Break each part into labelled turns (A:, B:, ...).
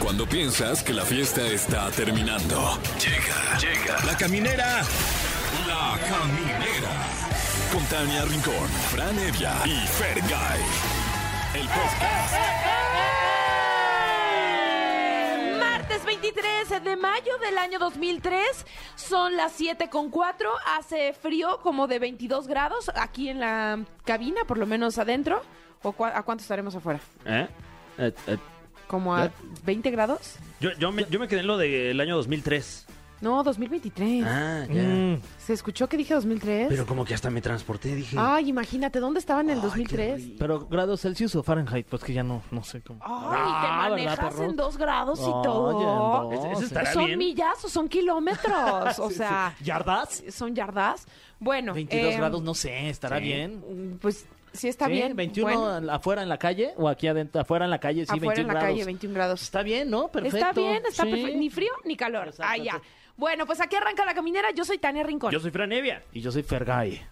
A: Cuando piensas que la fiesta está terminando. Llega, llega. La caminera. La caminera. Con Tania Rincón, Fran Evia y Fer El podcast.
B: Martes 23 de mayo del año 2003, son las 7 con 4, hace frío como de 22 grados aquí en la cabina, por lo menos adentro. ¿O cua- a cuánto estaremos afuera?
C: ¿Eh? Eh, eh,
B: ¿Como a 20 grados?
C: Yo, yo, me, yo me quedé en lo del año 2003.
B: No, 2023.
C: Ah, ya.
B: Mm.
D: Mm.
B: ¿Se escuchó que dije 2003?
C: Pero como que hasta me transporté, dije.
B: Ay, imagínate, ¿dónde estaba en el 2003? Ay,
D: Pero grados Celsius o Fahrenheit, pues que ya no, no sé cómo. Ah,
B: te
D: ¿verdad,
B: manejas
D: perros?
B: en dos grados y
D: Oye,
B: todo.
D: en dos.
C: Ese estará
B: Son
C: bien.
B: millas o son kilómetros, o sea,
D: ¿Yardas?
B: son yardas. Bueno,
D: 22
B: eh,
D: grados, no sé, ¿estará
C: sí.
D: bien?
B: Mm, Pues sí está
D: Sí,
B: bien.
D: 21
B: bueno,
D: al- afuera en la calle o aquí adentro, afuera en la calle, sí,
B: afuera
D: 21
B: en la
D: grados.
B: calle, 21 grados.
D: Está bien, ¿no? Perfecto.
B: Está bien, está
D: sí.
B: perfecto. Ni frío ni calor.
D: Exacto,
B: Ah, ya.
D: sí.
B: Bueno, pues aquí arranca la caminera. Yo soy Tania Rincón.
C: Yo soy Fran Evia.
D: Y yo soy Fergay.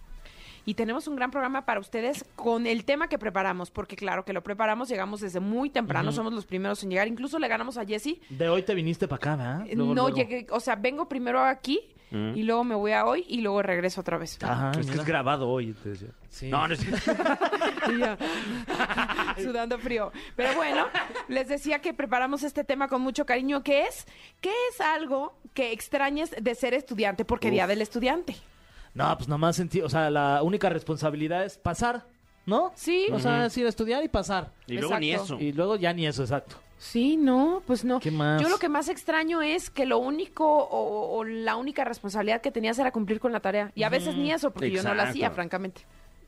B: Y tenemos un gran programa para ustedes con el tema que preparamos, porque claro que lo preparamos, llegamos desde muy temprano, somos los primeros en llegar. Incluso le ganamos a Jesse.
D: De hoy te viniste para acá, ¿verdad?
B: Eh, no
D: Luego, luego.
B: llegué, o sea, vengo primero aquí y luego me voy a hoy y luego regreso otra vez.
D: Ajá,
C: es que
D: mira.
C: es grabado hoy. te decía.
D: Sí.
C: No, no es
B: Y ya, sudando frío. Pero bueno, les decía que preparamos este tema con mucho cariño, que es, ¿qué es algo que extrañes de ser estudiante? Porque Día del Estudiante.
D: No, pues nomás sentí, o sea, la única responsabilidad es pasar, ¿no?
B: Sí.
D: O sea, es ir a estudiar y pasar.
C: Y luego ni
B: Exacto.
C: eso.
D: Y luego ya ni eso, exacto.
B: Sí, no, pues no.
D: ¿Qué más?
B: Yo lo que más extraño es que lo único o, o la única responsabilidad que tenías era cumplir con la tarea. Y a veces ni eso, porque yo no la
C: Exacto.
B: hacía, francamente.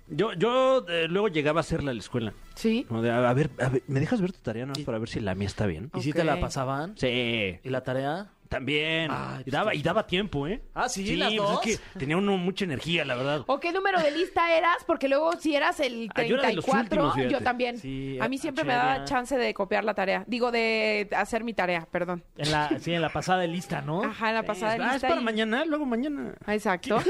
C: Yo, yo eh, luego llegaba a hacerla a la escuela.
B: Sí.
C: Como de, a, a ver, a ver, ¿me dejas ver tu tarea nada más para ver si la mía está bien?
B: Ah.
D: ¿Y si te la
B: Ok.
D: pasaban?
C: Sí.
D: ¿Y la tarea?
C: También.
D: Ay,
C: y, daba, y daba tiempo, ¿eh?
D: Ah, sí, las
C: pues
D: dos.
C: es que tenía uno mucha energía, la verdad.
B: ¿O qué número de lista eras? Porque luego si eras el
C: Ah, yo era de los
B: 34,
C: últimos,
B: yo
C: fíjate.
B: también.
D: Sí,
B: a mí siempre me
D: Chelia.
B: daba chance de copiar la tarea. Digo, de hacer mi tarea, perdón.
D: En la, sí, en la pasada de lista, ¿no?
B: Ajá, la pasada
C: es,
B: de
C: ah,
B: lista.
C: es para
B: y-
C: mañana, luego mañana.
B: Ah, Exacto.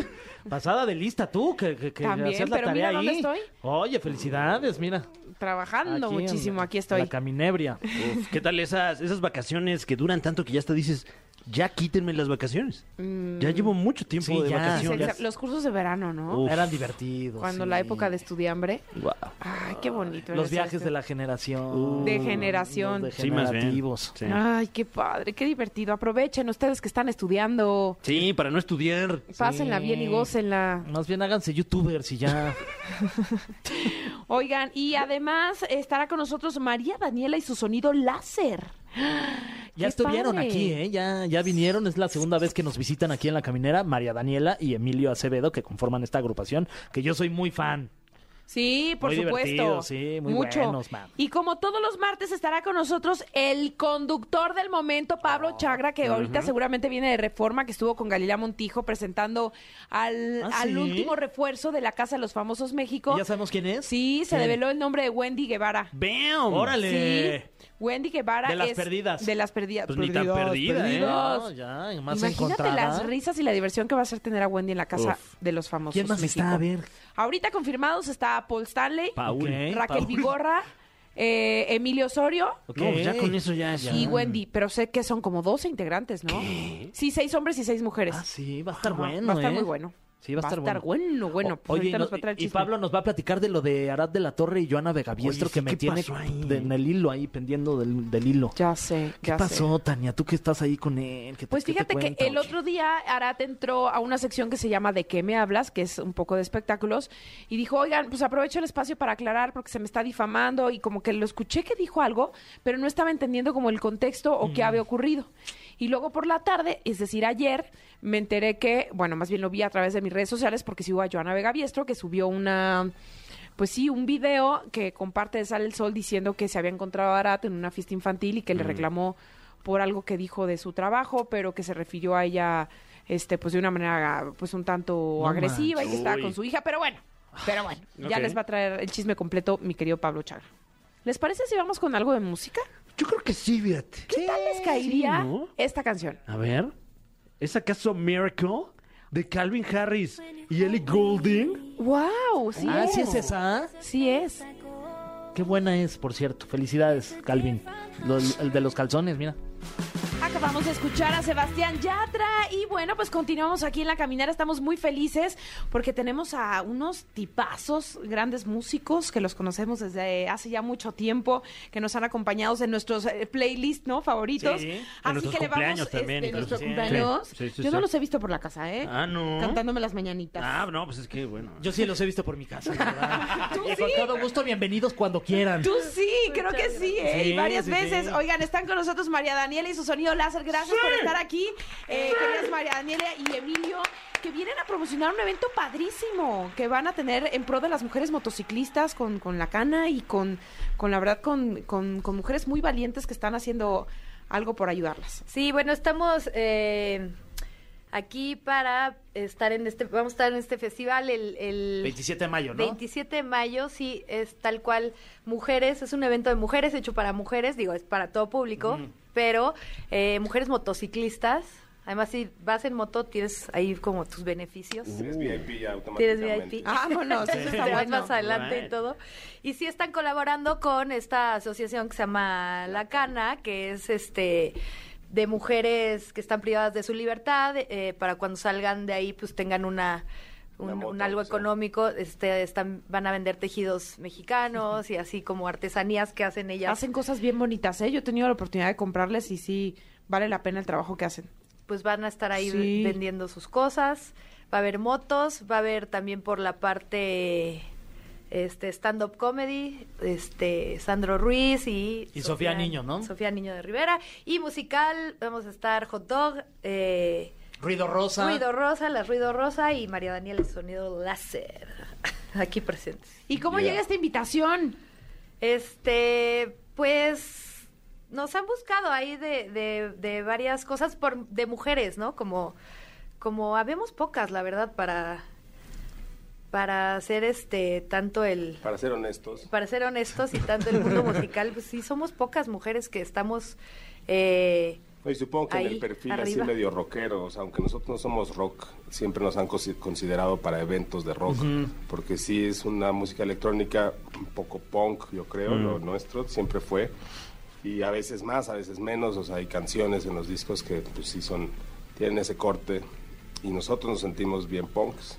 D: Pasada de lista tú, que, que, que
B: También,
D: hacías la
B: pero
D: tarea
B: mira dónde
D: ahí.
B: estoy.
D: Oye, felicidades, mira.
B: Trabajando
D: Aquí en-
B: muchísimo, aquí
D: en
B: estoy.
D: La caminebria.
C: Uf, ¿Qué tal esas, esas vacaciones que duran tanto que ya hasta dices, ya quítenme las vacaciones? Ya llevo mucho tiempo
D: Mm. Sí,
C: de
B: Se-
D: ya.
C: vacaciones.
B: se- Los cursos de verano, ¿no?
C: Uf.
D: Eran divertidos.
B: Cuando
D: sí.
B: la época de estudiambre.
C: Guau.
B: Ay, qué bonito.
D: Los viajes de la generación.
B: De generación.
D: Los
C: Sí, Uh, más bien.
D: degenerativos.
C: Sí.
B: Ay, qué padre, qué divertido. Aprovechen ustedes que están estudiando.
C: Sí, para no estudiar.
B: Pásenla
D: Sí.
B: bien y gócenla.
D: Más bien háganse youtubers y ya.
B: Oigan, y además estará con nosotros María Daniela y su sonido láser. Qué
D: Ya estuvieron
B: padre.
D: aquí, ¿eh? Ya, ya vinieron. Es la segunda vez que nos visitan aquí en la caminera. María Daniela y Emilio Acevedo, que conforman esta agrupación, que yo soy muy fan.
B: Sí, por
D: Muy
B: supuesto.
D: divertido, sí, muy
B: Mucho.
D: buenos, man.
B: Y como todos los martes estará con nosotros el conductor del momento,
D: Oh,
B: Pablo Chagra, que ahorita seguramente viene de Reforma, que estuvo con Galilea Montijo presentando al,
D: Ah,
B: al
D: ¿sí?
B: último refuerzo de la Casa de los Famosos México.
D: ¿Y ya sabemos quién es?
B: Sí, se
D: ¿Quién?
B: develó el nombre de Wendy Guevara.
C: ¡Bam!
D: ¡Órale!
B: Sí, Wendy Guevara
D: De las
B: es
D: perdidas.
B: De las perdidas.
C: Pues ni tan perdida, ¿eh?
B: perdidos.
D: No, ya, y más
B: Imagínate
D: encontrada.
B: las risas y la diversión que va a hacer tener a Wendy en la casa
C: Uf.
B: de los famosos.
D: ¿Quién más
B: México.
D: está? A ver.
B: Ahorita confirmados está Paul Stanley,
C: Paul.
D: Ok,
B: Raquel
D: Paul.
B: Vigorra, eh, Emilio Osorio
D: Ok.
C: No, ya con eso ya es.
B: y Wendy. Pero sé que son como 12 integrantes, ¿no? Sí, seis hombres y seis mujeres.
D: Ah, sí, va a estar
B: Ajá,
D: bueno.
B: Va a estar
D: ¿eh?
B: muy bueno.
D: Sí, va a estar, bueno.
B: bueno. bueno.
D: O-
B: pues
D: Oye, y,
B: ahorita
D: no-
B: nos va a traer el
D: y
B: chisme.
D: Pablo nos va a platicar de lo de Arad de la Torre y Joana Vegaviestro,
C: Oye, sí,
D: que me
C: ¿qué
D: tiene
C: pasó ahí?
D: de- en el hilo ahí, pendiendo del, del hilo.
B: Ya sé,
D: ¿Qué
B: ya sé.
D: pasó, Tania? ¿Tú que estás ahí con él? ¿Qué te-
B: Pues
D: qué te
B: fíjate que
D: cuenta?
B: el otro día Arat entró a una sección que se llama ¿De qué me hablas? que es un poco de espectáculos, y dijo, oigan, pues aprovecho el espacio para aclarar porque se me está difamando y como que lo escuché que dijo algo, pero no estaba entendiendo como el contexto o qué había ocurrido. Y luego por la tarde, es decir, ayer, me enteré que, bueno, más bien lo vi a través de mis redes sociales porque sigo a Joana Vega Biestro que subió una... Pues sí, un video que comparte de Sale el Sol diciendo que se había encontrado a Arat en una fiesta infantil y que le reclamó por algo que dijo de su trabajo, pero que se refirió a ella este pues de una manera pues un tanto agresiva y que estaba
C: Uy.
B: con su hija, pero bueno, pero bueno, ya
C: Ok.
B: les va a traer el chisme completo mi querido Pablo Chagra. ¿Les parece si vamos con algo de música?
C: Yo creo que sí, fíjate.
B: ¿Qué tal les caería
C: sí, ¿no?
B: esta canción?
C: A ver. ¿Es acaso Miracle? De Calvin Harris y Ellie Goulding.
B: Wow, sí
D: Ah,
B: es.
D: sí es esa.
B: Sí es.
D: Qué buena es, por cierto. Felicidades, Calvin. Lo- el de los calzones, mira.
B: Acabamos de escuchar a Sebastián Yatra y bueno, pues continuamos aquí en la caminera. Estamos muy felices porque tenemos a unos tipazos, grandes músicos que los conocemos desde hace ya mucho tiempo, que nos han acompañado en nuestros eh, playlists, ¿no? Favoritos.
C: Sí, en
B: Así
C: nuestros
B: que le
C: cumpleaños
B: vamos
C: también,
B: este, en nuestros
C: incluso.
B: cumpleaños.
C: Sí, sí, sí,
B: Yo no
C: sí.
B: los he visto por la casa, ¿eh?
C: Ah, no.
B: Cantándome las mañanitas.
C: Ah, no, pues es que bueno.
D: Yo sí los he visto por mi casa. la verdad.
B: Tú
D: Y Con
B: sí.
D: todo gusto, bienvenidos cuando quieran.
B: Tú sí, creo que sí, ¿eh?
D: Sí,
B: y varias
D: sí,
B: veces.
D: sí.
B: Oigan, están con nosotros María Daniela y su sonido láser. Gracias por estar aquí, eh, queridas María Daniela y Emilio, que vienen a promocionar un evento padrísimo que van a tener en pro de las mujeres motociclistas con, con la cana y con, con la verdad, con, con, con mujeres muy valientes que están haciendo algo por ayudarlas.
E: Sí, bueno, estamos eh, aquí para estar en este, vamos a estar en este festival el, el
D: 27 de mayo, ¿no?
E: 27 de mayo, sí, es tal cual mujeres, es un evento de mujeres hecho para mujeres, digo, es para todo público, pero eh, mujeres motociclistas, además si vas en moto tienes ahí como tus beneficios.
F: Tienes VIP ya
E: Tienes
F: automáticamente.
E: VIP.
B: Vámonos, eso está
E: Te vas
B: bueno.
E: más adelante
C: Bueno.
E: y todo. Y sí están colaborando con esta asociación que se llama La Cana, que es este de mujeres que están privadas de su libertad, eh, para cuando salgan de ahí pues tengan una un,
F: Una moto,
E: un algo
F: sí.
E: económico, este están van a vender tejidos mexicanos y así como artesanías que hacen ellas.
B: Hacen cosas bien bonitas, ¿eh? Yo he tenido la oportunidad de comprarles y sí, vale la pena el trabajo que hacen.
E: pues van a estar ahí
B: Sí.
E: vendiendo sus cosas, va a haber motos, va a haber también por la parte este stand up comedy, este Sandro Ruiz y
D: Y Sofía Niño, ¿no?
E: Sofía Niño de Rivera y musical vamos a estar Hot Dog, eh,
D: Ruido Rosa.
E: Ruido Rosa, las Ruido Rosa y María Daniela el sonido láser aquí presentes.
B: ¿Y cómo llega esta invitación?
E: Este, pues nos han buscado ahí de, de, de varias cosas por, de mujeres, ¿no? Como, como habemos pocas, la verdad, para, para hacer este, tanto el,
F: Para ser honestos,
E: para ser honestos y tanto el mundo musical, pues sí, somos pocas mujeres que estamos, eh,
F: y supongo que en
E: Ahí,
F: el perfil
E: arriba.
F: así medio rockeros, aunque nosotros no somos rock, siempre nos han consi- considerado para eventos de rock, porque sí es una música electrónica un poco punk, yo creo, lo nuestro siempre fue, y a veces más, a veces menos, o sea, hay canciones en los discos que pues sí son, tienen ese corte, y nosotros nos sentimos bien punks,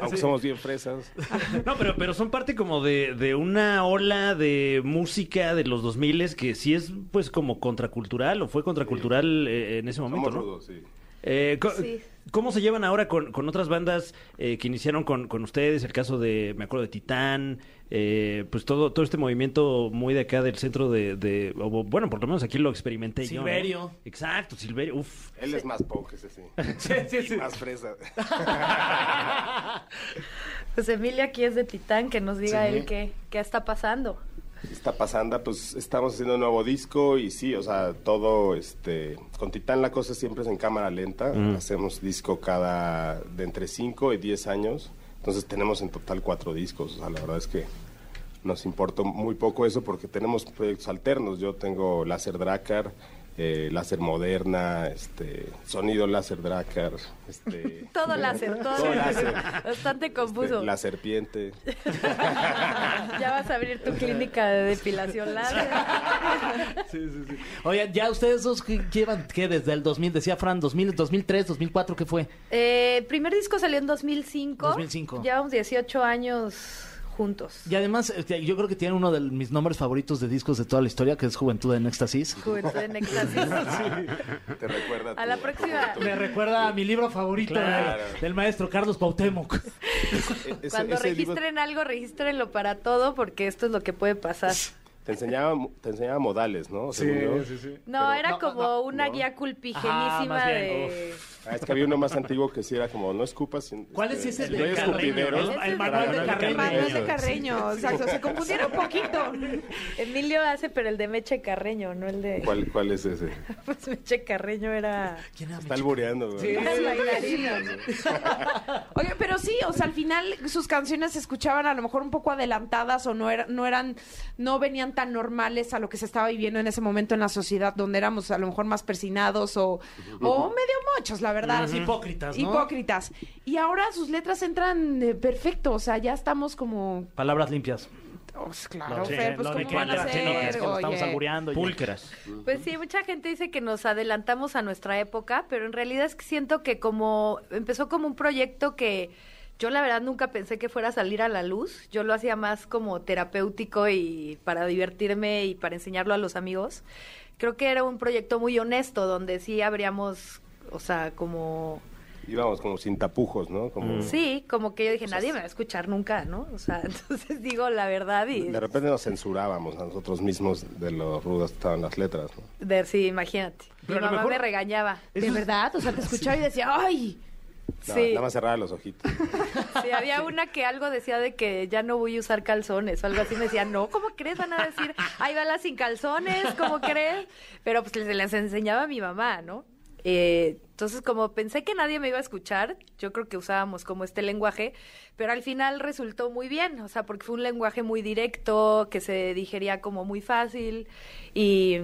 F: aunque somos bien fresas.
C: No, pero, pero son parte como de, de una ola de música de los 2000 que sí es pues como contracultural o fue contracultural eh, en ese momento,
F: Somos
C: ¿no?
F: rudos, sí.
C: Eh, co-
E: Sí.
C: ¿Cómo se llevan ahora con, con otras bandas eh, que iniciaron con, con ustedes? El caso de, me acuerdo, de Titán, eh, pues todo, todo este movimiento muy de acá del centro de, de- o bueno, por lo menos aquí lo experimenté yo, ¿no?
D: Silverio.
C: Exacto, Silverio, uf.
F: Él es más punk, ese sí,
D: Sí, sí, sí.
F: más fresa.
E: pues Emilia aquí es de Titán, que nos diga
F: Sí.
E: él qué, qué está pasando.
F: está pasando, pues estamos haciendo un nuevo disco y sí, o sea, todo, este, con Titán la cosa siempre es en cámara lenta, hacemos disco cada, de entre 5 y 10 años, entonces tenemos en total cuatro discos, o sea, la verdad es que nos importa muy poco eso porque tenemos proyectos alternos, yo tengo Láser Dracar, eh, Láser Moderna, este, Sonido Láser Dracar, este...
E: Todo láser, todo,
F: Todo
E: láser.
F: láser.
E: Bastante confuso.
F: este, la serpiente.
E: Ya vas a abrir tu clínica de depilación láser.
D: Sí, sí, sí. Oigan, ya ustedes dos que llevan, ¿qué? Desde el 2000, decía Fran, 2000, 2003, 2004, ¿qué fue?
E: Eh, el primer disco salió en 2005.
D: 2005.
E: Llevamos 18 años juntos.
D: Y además, este, yo creo que tienen uno de mis nombres favoritos de discos de toda la historia, que es Juventud en Éxtasis.
E: Juventud en éxtasis.
F: Te recuerda
E: A la
F: tu-
E: próxima.
F: tu-
D: Me recuerda a mi libro favorito
C: Claro.
D: de- del maestro Carlos Pautemoc.
F: Ese-
E: Cuando
F: ese libro-
E: registren algo, regístrenlo para todo, porque esto es lo que puede pasar.
F: Te enseñaba, te enseñaba modales, ¿no? Según yo.
E: No,
F: Pero-
E: era
D: no,
E: como
D: no,
E: una
F: no.
E: guía
D: Ajá,
E: culpigenísima
D: más bien,
E: de.
F: Ah, es que había uno más antiguo que sí era como, no escupas. sin-
D: ¿Cuál es
F: este,
D: ese
F: no
D: de
F: hay
D: Carreño?
F: escupideros.
D: El- el
F: Para
D: manual de
F: Manuel
D: Carreño.
B: Manuel de
F: Carreño.
B: Carreño, exacto. Se confundieron un poquito.
E: Emilio hace, pero el de Meche Carreño, no el de.
F: ¿Cuál, ¿Cuál es ese?
E: Pues Meche Carreño era.
D: ¿Quién era?
F: Está albureando. güey.
E: era el bailarín.
B: Oye, pero sí, o sea, al final sus canciones se escuchaban a lo mejor un poco adelantadas o no, era- no eran, no venían tan normales a lo que se estaba viviendo en ese momento en la sociedad, donde éramos a lo mejor más persinados o, o medio mochos, la verdad.
D: Ujú. Hipócritas, ¿no?
B: Hipócritas. Y ahora sus letras entran eh, perfecto, o sea, ya estamos como
D: Palabras limpias.
B: Oh, claro,
D: sí,
B: Fer, pues
D: lo de
B: ¿cómo
D: que
B: van a
D: la- sí, no, es
B: hacer?
D: que lo estamos
B: Oye.
D: albureando. ya.
C: Pulcras.
E: Pues sí, mucha gente dice que nos adelantamos a nuestra época, pero en realidad es que siento que como empezó como un proyecto que yo la verdad nunca pensé que fuera a salir a la luz. Yo lo hacía más como terapéutico y para divertirme y para enseñarlo a los amigos. Creo que era un proyecto muy honesto donde sí habríamos, o sea, como
F: Íbamos como sin tapujos, ¿no?
D: Mm.
F: Como,
C: Mm.
E: sí, como que yo dije, nadie me va a escuchar nunca, ¿no? O sea, entonces digo la verdad y
F: De repente nos censurábamos a nosotros mismos de lo rudas que estaban las letras, ¿no?
E: de- sí, imagínate.
C: Pero a
E: Mi
C: lo
E: mamá
C: mejor-
E: me regañaba.
B: De verdad, o sea, te escuchaba y decía, ¡ay!
F: Nada,
E: Sí.
F: nada más cerrar los ojitos.
E: Sí, había una que algo decía de que ya no voy a usar calzones o algo así. Me decía, no, ¿cómo crees? Van a decir, ahí va la sin calzones, ¿cómo crees? Pero pues se las enseñaba a mi mamá, ¿no? Eh, entonces, como pensé que nadie me iba a escuchar, yo creo que usábamos como este lenguaje, pero al final resultó muy bien, o sea, porque fue un lenguaje muy directo, que se digería como muy fácil y,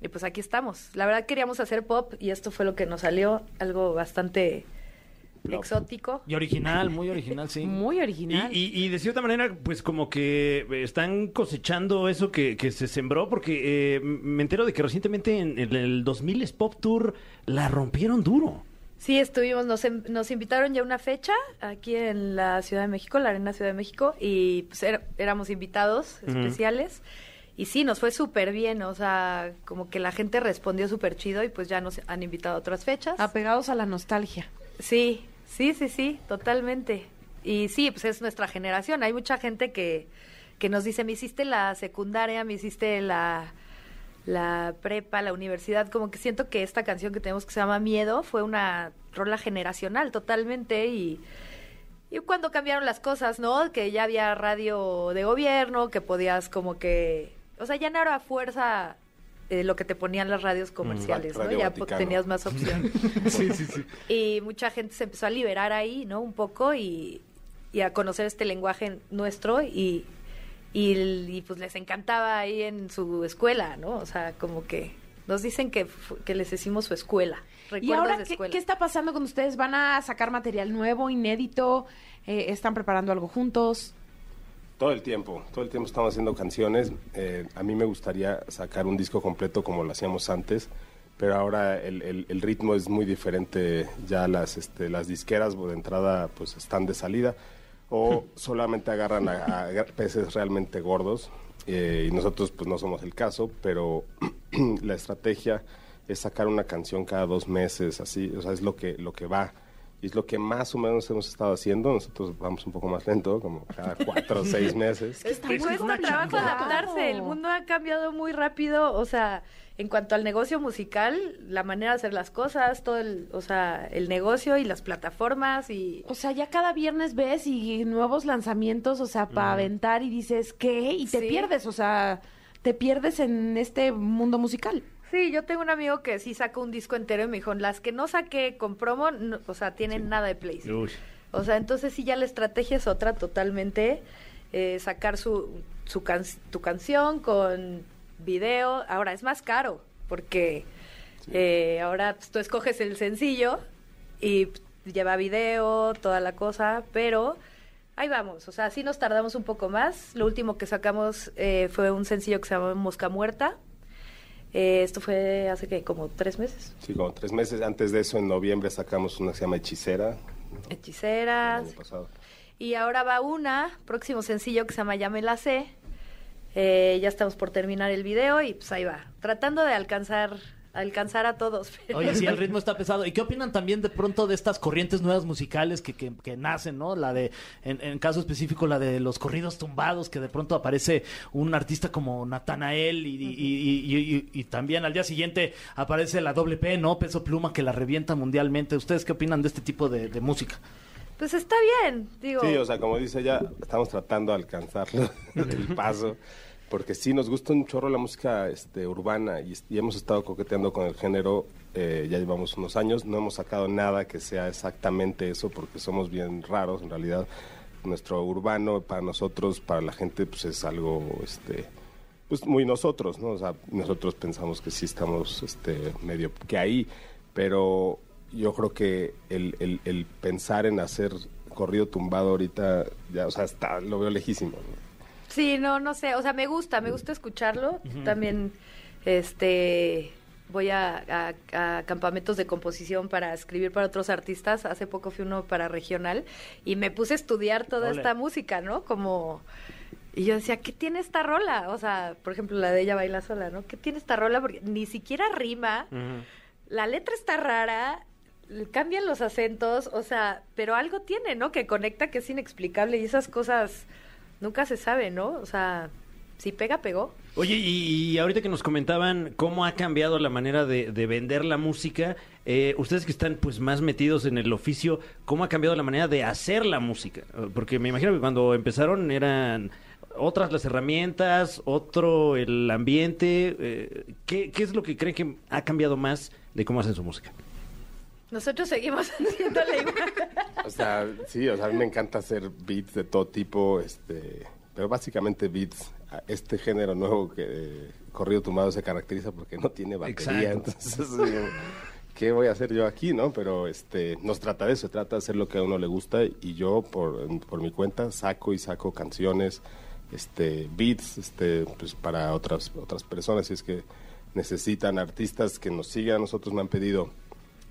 E: y pues aquí estamos. La verdad queríamos hacer pop y esto fue lo que nos salió, algo bastante
F: Plop.
E: exótico.
C: Y original, muy original, sí.
B: Muy original.
C: Y, y- y de cierta manera, pues como que están cosechando eso que, que se sembró, porque eh, me entero de que recientemente en, en el 2000 es Pop Tour la rompieron duro.
E: Sí, estuvimos, nos, en- nos invitaron ya a una fecha aquí en la Ciudad de México, la Arena Ciudad de México, y pues era- éramos invitados especiales. Y sí, nos fue súper bien, o sea, como que la gente respondió súper chido y pues ya nos han invitado a otras fechas.
B: Apegados a la nostalgia.
E: Sí, sí, sí, sí, totalmente. Y sí, pues es nuestra generación. Hay mucha gente que, que nos dice, me hiciste la secundaria, me hiciste la, la prepa, la universidad. Como que siento que esta canción que tenemos que se llama Miedo fue una rola generacional totalmente y... Y cuando cambiaron las cosas, ¿no? Que ya había radio de gobierno, que podías como que... O sea, ya no era a fuerza eh, lo que te ponían las radios comerciales, ¿no?
F: Mm, Radio
E: Ya po-
F: Vaticano.
E: tenías más opción.
D: Sí, sí, sí.
E: Y mucha gente se empezó a liberar ahí, ¿no? Un poco y, y a conocer este lenguaje nuestro y, y, l- y, pues les encantaba ahí en su escuela, ¿no? O sea, como que nos dicen que, fu- que les hicimos su escuela. Recuerdos
B: ¿Y ahora
E: de
B: ¿qué,
E: escuela.
B: qué está pasando con ustedes? ¿Van a sacar material nuevo, inédito? Eh, ¿Están preparando algo juntos?
F: Todo el tiempo, todo el tiempo estamos haciendo canciones. Eh, a mí me gustaría sacar un disco completo como lo hacíamos antes, pero ahora el, el- el ritmo es muy diferente. Ya las, este, las disqueras de entrada pues están de salida o solamente agarran a, a peces realmente gordos eh, y nosotros pues no somos el caso, pero la estrategia es sacar una canción cada dos meses, así, o sea, es lo que, lo que va. Y es lo que más o menos hemos estado haciendo. Nosotros vamos un poco más lento, como cada cuatro o seis meses.
B: Está muy
C: Es
E: Cuesta
C: una
E: trabajo
C: chamba.
E: adaptarse, el mundo ha cambiado muy rápido, o sea, en cuanto al negocio musical, la manera de hacer las cosas, todo el, o sea, el negocio y las plataformas y
B: O sea, ya cada viernes ves y nuevos lanzamientos, o sea, para aventar y dices, ¿qué? Y te
E: Sí.
B: pierdes, o sea, te pierdes en este mundo musical.
E: Sí, yo tengo un amigo que sí sacó un disco entero y me dijo, las que no saqué con promo, no- o sea, tienen nada de plays.
C: Uy.
E: O sea, entonces sí ya la estrategia es otra totalmente, eh, sacar su, su can- tu canción con video. Ahora es más caro porque eh, ahora pues, tú escoges el sencillo y pues, lleva video, toda la cosa, pero... Ahí vamos, o sea, sí nos tardamos un poco más. Lo último que sacamos eh, fue un sencillo que se llama Mosca Muerta, eh, esto fue hace que como tres meses.
F: Sí, como tres meses. Antes de eso, en noviembre, sacamos una que se llama Hechicera. el
E: Hechiceras.
F: año pasado.
E: Y ahora va una, próximo sencillo que se llama Ya me la sé. Eh, ya estamos por terminar el video y pues ahí va. Tratando de alcanzar, alcanzar a todos. pero-
D: Oye, sí, el ritmo está pesado. ¿Y qué opinan también de pronto de estas corrientes nuevas musicales que, que- que nacen, ¿no? La de, en, en caso específico, la de los corridos tumbados, que de pronto aparece un artista como Natanael y, y- y- y- y- y también al día siguiente aparece la doble P, ¿no? Peso Pluma, que la revienta mundialmente. ¿Ustedes qué opinan de este tipo de, de música?
E: Pues está bien, digo.
F: Sí, o sea, como dice ella, estamos tratando de alcanzarlo, el paso, porque sí nos gusta un chorro la música este, urbana y, y hemos estado coqueteando con el género, eh, ya llevamos unos años, no hemos sacado nada que sea exactamente eso, porque somos bien raros en realidad. Nuestro urbano para nosotros, para la gente, pues es algo este, pues muy nosotros, ¿no? O sea, nosotros pensamos que sí estamos este, medio que ahí, pero yo creo que el, el- el pensar en hacer corrido tumbado ahorita, ya, o sea, está, lo veo lejísimo. ¿no?
E: Sí, no, no sé. O sea, me gusta, me gusta escucharlo. También, este, voy a, a- a campamentos de composición para escribir para otros artistas. Hace poco fui uno para regional y me puse a estudiar toda
D: Ole.
E: esta música, ¿no? Como... Y yo decía, ¿qué tiene esta rola? O sea, por ejemplo, la de ella baila sola, ¿no? ¿Qué tiene esta rola? Porque ni siquiera rima. La letra está rara, l- cambian los acentos, o sea, pero algo tiene, ¿no? Que conecta, que es inexplicable y esas cosas nunca se sabe, ¿no? O sea, si pega, pegó.
C: Oye, y, y ahorita que nos comentaban cómo ha cambiado la manera de, de vender la música, eh, ustedes que están pues más metidos en el oficio, ¿cómo ha cambiado la manera de hacer la música? Eh, Porque me imagino que cuando empezaron eran otras las herramientas, otro el ambiente. eh, ¿qué, qué es lo que creen que ha cambiado más de cómo hacen su música?
E: Nosotros seguimos haciéndole igual.
F: O sea, sí, o sea, a mí me encanta hacer beats de todo tipo, este, pero básicamente beats. a- Este género nuevo que eh, Corrido Tumbado se caracteriza porque no tiene batería.
C: Exacto.
F: Entonces, digo, ¿qué voy a hacer yo aquí, no? Pero este, nos trata de eso, trata de hacer lo que a uno le gusta y yo, por, por mi cuenta, saco y saco canciones, este, beats, este, pues para otras, otras personas. Si es que necesitan artistas que nos sigan, a nosotros me han pedido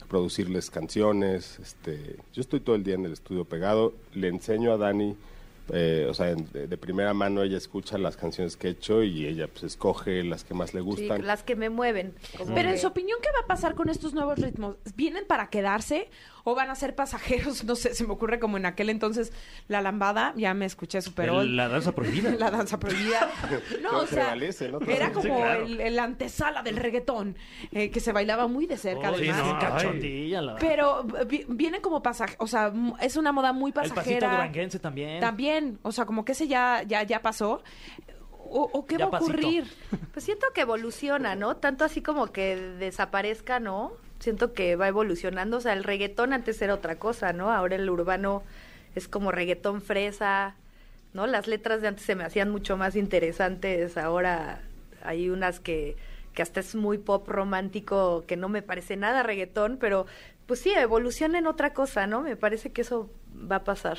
F: producirles canciones. Este, yo estoy todo el día en el estudio pegado. Le enseño a Dani, eh, o sea, en- de, de primera mano ella escucha las canciones que he hecho y ella pues escoge las que más le
E: Sí,
F: gustan.
E: las que me mueven. como
B: Pero
E: que-
B: en su opinión, ¿qué va a pasar con estos nuevos ritmos? ¿Vienen para quedarse o van a ser pasajeros? No sé, se me ocurre como en aquel entonces la lambada, ya me escuché super
C: El-
B: old.
C: la danza prohibida.
B: La danza prohibida. No,
F: Todo
B: o sea,
F: prevalece, ¿no? Todo
B: era
F: prevalece.
B: como
C: Sí, claro.
B: el, el antesala del reggaetón, eh, que se bailaba muy de cerca
C: Oh, sí,
B: además.
C: no,
D: Cachondilla, la verdad.
B: Pero vi- viene como pasaje, o sea, m- es una moda muy
D: El pasito
B: pasajera.
D: duranguense también.
B: También, o sea, como que ese ya, ya, ya pasó. ¿O, o qué
D: Ya
B: va a
D: pasito.
B: ocurrir?
E: Pues siento que evoluciona, ¿no? Tanto así como que desaparezca, ¿no? Siento que va evolucionando. O sea, el reggaetón antes era otra cosa, ¿no? Ahora el urbano es como reggaetón fresa, ¿no? Las letras de antes se me hacían mucho más interesantes. Ahora hay unas que, que hasta es muy pop romántico, que no me parece nada reggaetón, pero pues sí, evoluciona en otra cosa, ¿no? Me parece que eso va a pasar.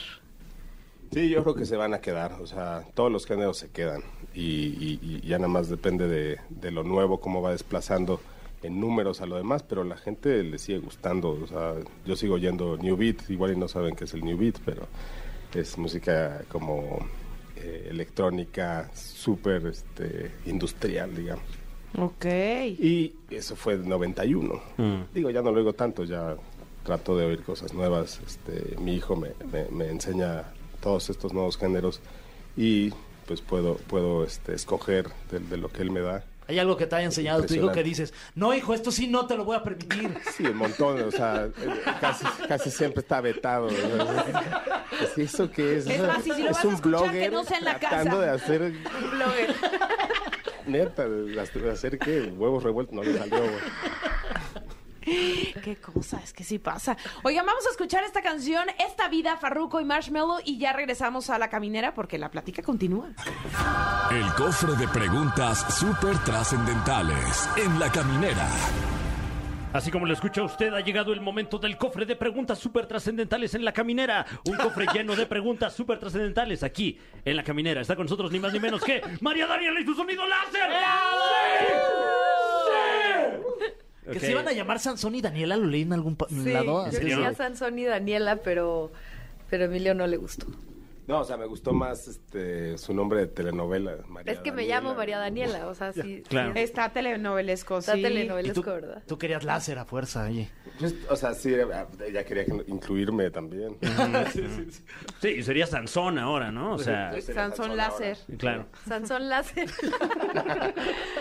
F: Sí, yo creo que se van a quedar, o sea, todos los géneros se quedan y, y- y ya nada más depende de, de lo nuevo, cómo va desplazando en números a lo demás, pero la gente le sigue gustando, o sea, yo sigo oyendo New Beat, igual y no saben qué es el New Beat, pero es música como eh, electrónica, súper este, industrial, digamos.
B: Ok.
F: Y eso fue el 91. Digo, ya no lo oigo tanto, ya trato de oír cosas nuevas. Este, mi hijo me, me- me enseña todos estos nuevos géneros y pues puedo, puedo este, escoger de, de lo que él me da.
D: Hay algo que te haya enseñado tu hijo
F: Impresionante.
D: que dices, no, hijo, esto sí no te lo voy a permitir.
F: Sí, un montón, o sea, eh, casi, casi siempre está vetado. ¿no? Pues, ¿Eso qué es?
B: Es más, y si lo vas a
F: un
B: escuchar, que
F: blogger
B: no sea en la
F: tratando
B: casa.
F: de hacer,
B: Blogger.
F: neta, de de hacer que huevos revueltos, no le salió. güey.
B: Qué cosa, es que sí pasa. Oigan, vamos a escuchar esta canción, Esta Vida, Farruko y Marshmello, y ya regresamos a la caminera porque la plática continúa.
A: El cofre de preguntas súper trascendentales en la caminera.
C: Así como lo escucha usted, ha llegado el momento del cofre de preguntas súper trascendentales en la caminera. Un cofre lleno de preguntas súper trascendentales aquí en la caminera. Está con nosotros ni más ni menos que María Daniela y su sonido láser. ¡Sí!
D: Que se iban a llamar Sansón y Daniela, lo leí en algún pa-
E: Sí,
D: lado.
E: yo
D: así que-
E: quería Sansón y Daniela, pero, pero a Emilio no le gustó.
F: No, o sea, me gustó más este, su nombre de telenovela, María
E: Es que me
F: Daniela.
E: llamo María Daniela, o sea, sí.
C: Claro.
E: sí,
B: Está telenovelesco,
E: Está
B: sí.
D: Y
E: telenovelesco,
D: tú,
E: ¿verdad?
D: tú querías láser a fuerza, oye.
F: Yo est- Pues, o sea, sí, era- ella quería que- incluirme también.
C: Sí, sería Sansón ahora, ¿no? O sea,
B: Sansón Láser.
C: claro.
E: Sansón Láser.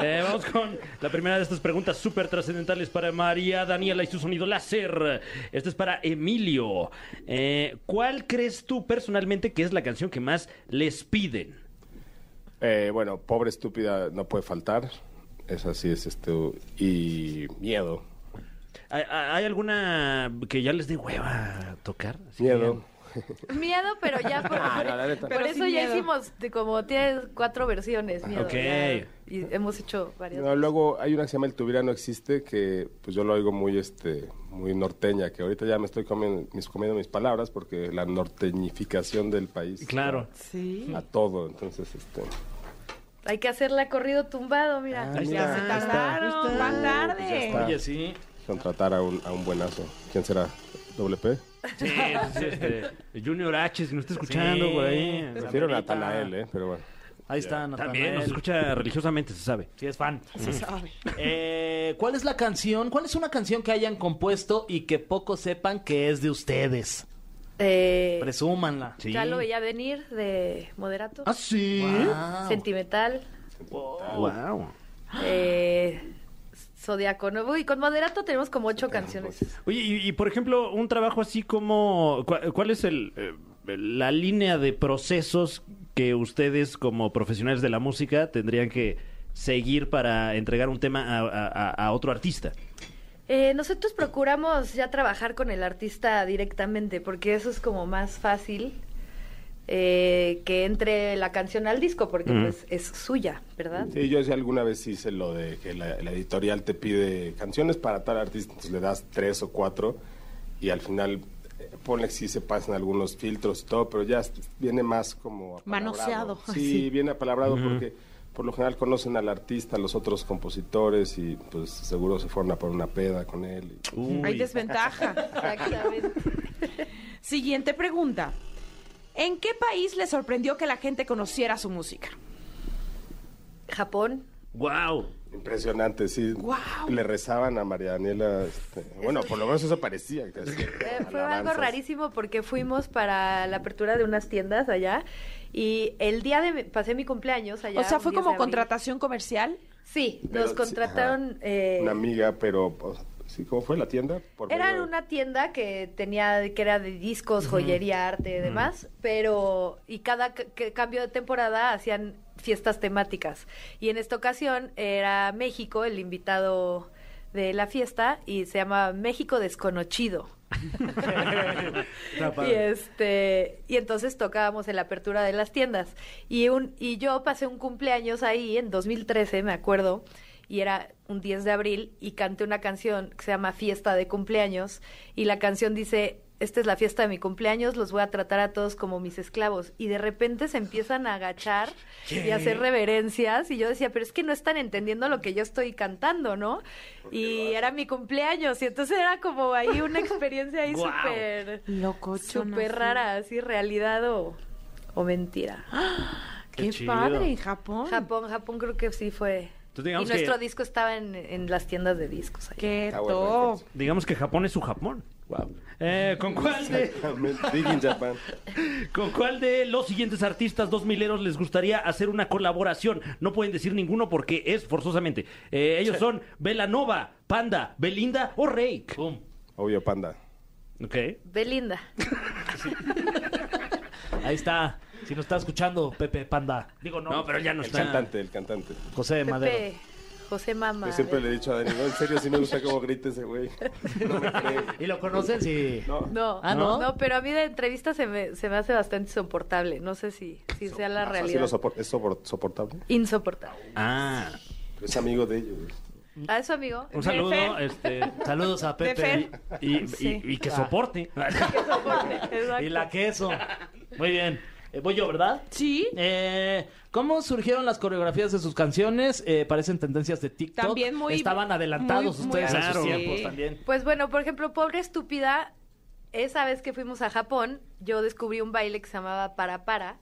C: Eh, vamos con la primera de estas preguntas súper trascendentales para María Daniela y su sonido láser. Esta es para Emilio. Eh, ¿Cuál crees tú personalmente que es la canción que más les piden?
F: Eh, bueno, pobre estúpida no puede faltar. Esa sí es esto. Y miedo.
C: ¿Hay- ¿Hay hay alguna que ya les dé hueva tocar? Así que
F: Miedo.
C: ya-
E: Miedo, pero ya por,
G: Ah, no, la neta.
E: por
B: Pero
E: eso
B: sin
E: ya
B: miedo.
E: hicimos de como tienes cuatro versiones. Miedo,
C: ok.
E: ya. y hemos hecho varias.
F: No, luego hay una que se llama El Tubira no existe, que pues yo lo oigo muy este muy norteña, que ahorita ya me estoy comiendo mis, comiendo mis palabras porque la norteñificación del país.
C: eh, Claro.
B: Sí.
F: A todo, entonces este
E: Hay que hacerla corrido tumbado, mira.
F: Ah,
B: Ya se
F: mira, ahí está.
B: tardaron, van
F: Pues ya
B: tarde.
F: está.
D: Oye, sí.
F: contratar a un, a un buenazo. ¿Quién será? ¿WP?
C: Sí, sí, este, Junior H, si nos está escuchando por ahí.
F: Prefiero a Natanael, ¿eh? Pero bueno.
D: Ahí está, Natanael.
C: También nos escucha religiosamente, se sabe.
D: Sí, es fan. Eh, ¿Cuál es la canción? ¿Cuál es una canción que hayan compuesto y que pocos sepan que es de ustedes?
E: Eh,
D: Presúmanla.
C: Sí.
E: Ya lo veía venir de Moderato.
D: Ah, sí. Wow.
E: Sentimental.
C: Wow.
E: Eh, Zodiaco. ¿no? Uy, con Moderato tenemos como ocho canciones.
C: Oye, y, y, por ejemplo, un trabajo así como. ¿Cuál, cuál es el, eh, la línea de procesos que ustedes, como profesionales de la música, tendrían que seguir para entregar un tema a, a- a- a otro artista?
E: Eh, nosotros procuramos ya trabajar con el artista directamente porque eso es como más fácil eh, que entre la canción al disco porque pues, es suya, ¿verdad?
F: Mm. Sí, yo sí alguna vez hice lo de que la, la editorial te pide canciones para tal artista, entonces le das tres o cuatro y al final eh, ponle que sí se pasan algunos filtros y todo, pero ya est- viene más como apalabrado.
B: Manoseado,
F: Sí,
B: sí.
F: viene apalabrado porque por lo general conocen al artista, a los otros compositores y pues seguro se fueron a poner una peda con él. y-
B: Hay desventaja.
E: Exactamente.
B: Siguiente pregunta. ¿En qué país le sorprendió que la gente conociera su música?
E: Japón.
C: ¡Wow!
F: Impresionante, sí.
B: Guau.
F: Le rezaban a María Daniela. este, bueno, por lo menos eso parecía. que hacía
E: Eh, fue algo
F: alabanzas.
E: rarísimo porque fuimos para la apertura de unas tiendas allá y el día de mi- pasé mi cumpleaños allá.
B: o sea,
E: un
B: fue
E: 10 de
B: como
E: abril.
B: contratación comercial.
E: Sí,
F: Pero
E: nos
F: sí,
E: contrataron.
F: ajá,
E: eh,
F: Una amiga, pero... o sea, sí, ¿Cómo fue la tienda? Por
E: Era
F: medio-
E: una tienda que tenía, que era de discos, joyería, arte y demás, pero, y cada c- que- cambio de temporada hacían fiestas temáticas. Y en esta ocasión era México el invitado de la fiesta y se llama México Desconocido. y este y entonces tocábamos en la apertura de las tiendas y un y yo pasé un cumpleaños ahí en 2013 me acuerdo y era un 10 de abril y canté una canción que se llama Fiesta de cumpleaños y la canción dice esta es la fiesta de mi cumpleaños, los voy a tratar a todos como mis esclavos. Y de repente se empiezan a agachar y a hacer reverencias. Y yo decía, pero es que no están entendiendo lo que yo estoy cantando, ¿no? Y era mi cumpleaños. Y entonces era como ahí una experiencia ahí
C: Guau.
E: súper
B: Locochona,
E: súper
B: sí.
E: rara, así realidad o, o mentira.
D: Ah,
B: Qué,
C: Qué chido.
B: padre en Japón.
E: Japón, Japón creo que sí fue.
C: Entonces,
E: y
C: digamos
E: nuestro
C: que-
E: disco estaba en, en las tiendas de discos. ahí.
B: Qué
F: Está bueno,
B: top.
C: Digamos que Japón es su Japón.
F: Wow.
C: Eh, ¿Con cuál de.?
F: Big in Japan.
C: ¿Con cuál de los siguientes artistas dos mileros les gustaría hacer una colaboración? No pueden decir ninguno porque es forzosamente. Eh, ellos son Belanova, Panda, Belinda o Reik.
D: Pum.
F: Obvio, panda.
C: Ok.
E: Belinda.
D: Ahí está. Si nos está escuchando, Pepe Panda. Digo, no.
C: No, pero ya no
F: El
C: está.
F: cantante, el cantante.
D: José de Madero.
E: Pepe, José Mama.
F: Yo siempre
E: a
F: le
E: ver.
F: he dicho a Dani, no, en serio, sí me gusta cómo grita ese güey. No me cree.
D: ¿Y lo conocen? Sí.
F: No.
E: No,
D: Ah, ¿no?
E: ¿no? pero a mí de entrevista se me, se me hace bastante insoportable. No sé si, si sea la
F: Ah, sí
E: realidad.
F: lo sopor- ¿Es sopor- soportable?
E: Insoportable.
C: Ah,
F: Pero es amigo de ellos.
E: A eso, amigo.
C: un saludo.
B: Fer.
C: Este,
D: Saludos a
B: De
D: Pepe.
B: Fer.
C: y, y-
E: Sí.
C: y
B: Ah.
C: que soporte.
E: Exacto.
D: Y la queso. Muy bien. Eh, voy yo, ¿verdad?
B: Sí.
D: Eh, ¿Cómo surgieron las coreografías de sus canciones? Eh, parecen tendencias de TikTok.
B: También muy-
D: Estaban adelantados
B: muy- muy
D: ustedes a sus
C: adelantados.
D: tiempos
B: Sí.
D: también.
E: Pues bueno, por ejemplo, Pobre Estúpida, esa vez que fuimos a Japón, yo descubrí un baile que se llamaba Para Para,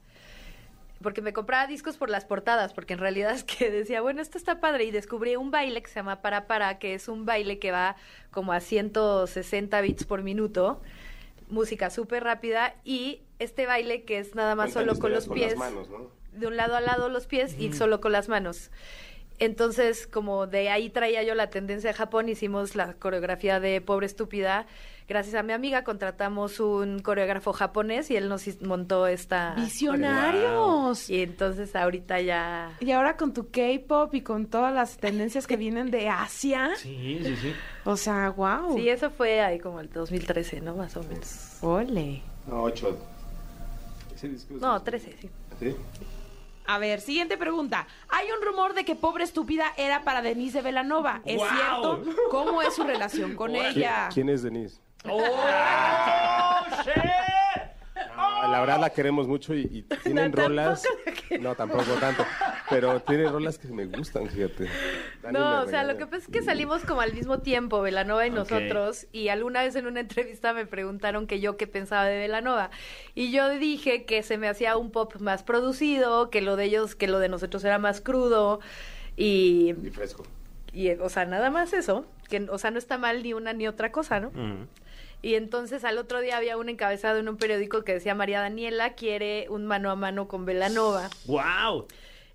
E: porque me compraba discos por las portadas, porque en realidad es que decía, bueno, esto está padre, y descubrí un baile que se llama Para Para, que es un baile que va como a 160 beats por minuto, música súper rápida, y este baile que es nada más
F: Cuentan
E: solo con
F: historias
E: los pies
F: Con las manos, ¿no?
E: de un lado a lado los pies y solo con las manos. Entonces, como de ahí traía yo la tendencia de Japón, hicimos la coreografía de Pobre Estúpida. Gracias a mi amiga contratamos un coreógrafo japonés y él nos his- montó esta...
B: Visionarios.
E: Y entonces ahorita ya...
B: Y ahora con tu K-pop y con todas las tendencias que vienen de Asia.
C: Sí, sí, sí.
B: O sea, wow.
E: Sí, eso fue ahí como el 2013, ¿no? Más o menos.
B: Ole.
F: No, 8. Ese disco es-
E: No, 13, sí.
F: ¿Sí?
B: A ver, siguiente pregunta. Hay un rumor de que Pobre Estúpida era para Denise de Velanova. ¿Es
C: ¡Guau!
B: cierto? ¿Cómo es su relación con ella?
F: ¿Quién es Denise?
C: ¡Oh, shit!
F: Ah, la verdad la queremos mucho y, y tienen
E: No,
F: rolas.
E: tampoco la queremos.
F: No, tampoco tanto. Pero tienen rolas que me gustan, fíjate. Dani me
E: No, o sea,
F: regaña.
E: lo que pasa es que salimos como al mismo tiempo, Velanova y
C: Ok.
E: nosotros, y alguna vez en una entrevista me preguntaron que yo qué pensaba de Velanova, y yo dije que se me hacía un pop más producido, que lo de ellos, que lo de nosotros era más crudo, y,
F: Y fresco.
E: y, o sea, nada más eso, que, o sea, no está mal ni una ni otra cosa, ¿no?
F: Mm.
C: Ujú.
E: Y entonces al otro día había un encabezado en un periódico que decía María Daniela quiere un mano a mano con Velanova.
C: ¡Wow!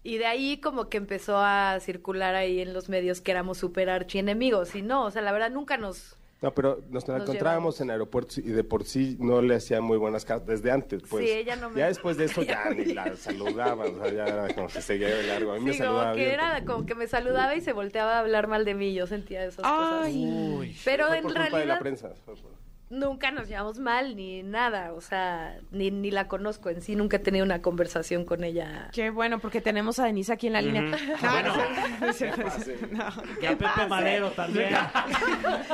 E: Y de ahí como que empezó a circular ahí en los medios que éramos super archienemigos. Y no, o sea, la verdad nunca nos...
F: No, pero nos, la
E: Nos
F: encontrábamos en aeropuertos y de por sí no le hacía muy buenas caras desde antes. Pues.
E: Sí, ella no me-
F: Ya después de eso
E: ella
F: ya
E: no me-
F: ni la saludaba, o sea, ya era como que seguía de largo. A mí me
E: Sí,
F: saludaba
E: como que
F: bien,
E: era
F: pero-
E: como que me saludaba y se volteaba a hablar mal de mí. Yo sentía esas
B: Ay.
E: cosas. Pero
F: Fue
E: en
F: por culpa de la
E: realidad
F: prensa. fue por-
E: nunca nos llevamos mal ni nada. O sea, ni, ni la conozco en sí. Nunca he tenido una conversación con ella.
B: Qué bueno, porque tenemos a Denise aquí en la línea. No,
D: Ah,
B: no es cierto, no es cierto, no.
D: Y a Pepe Madero también.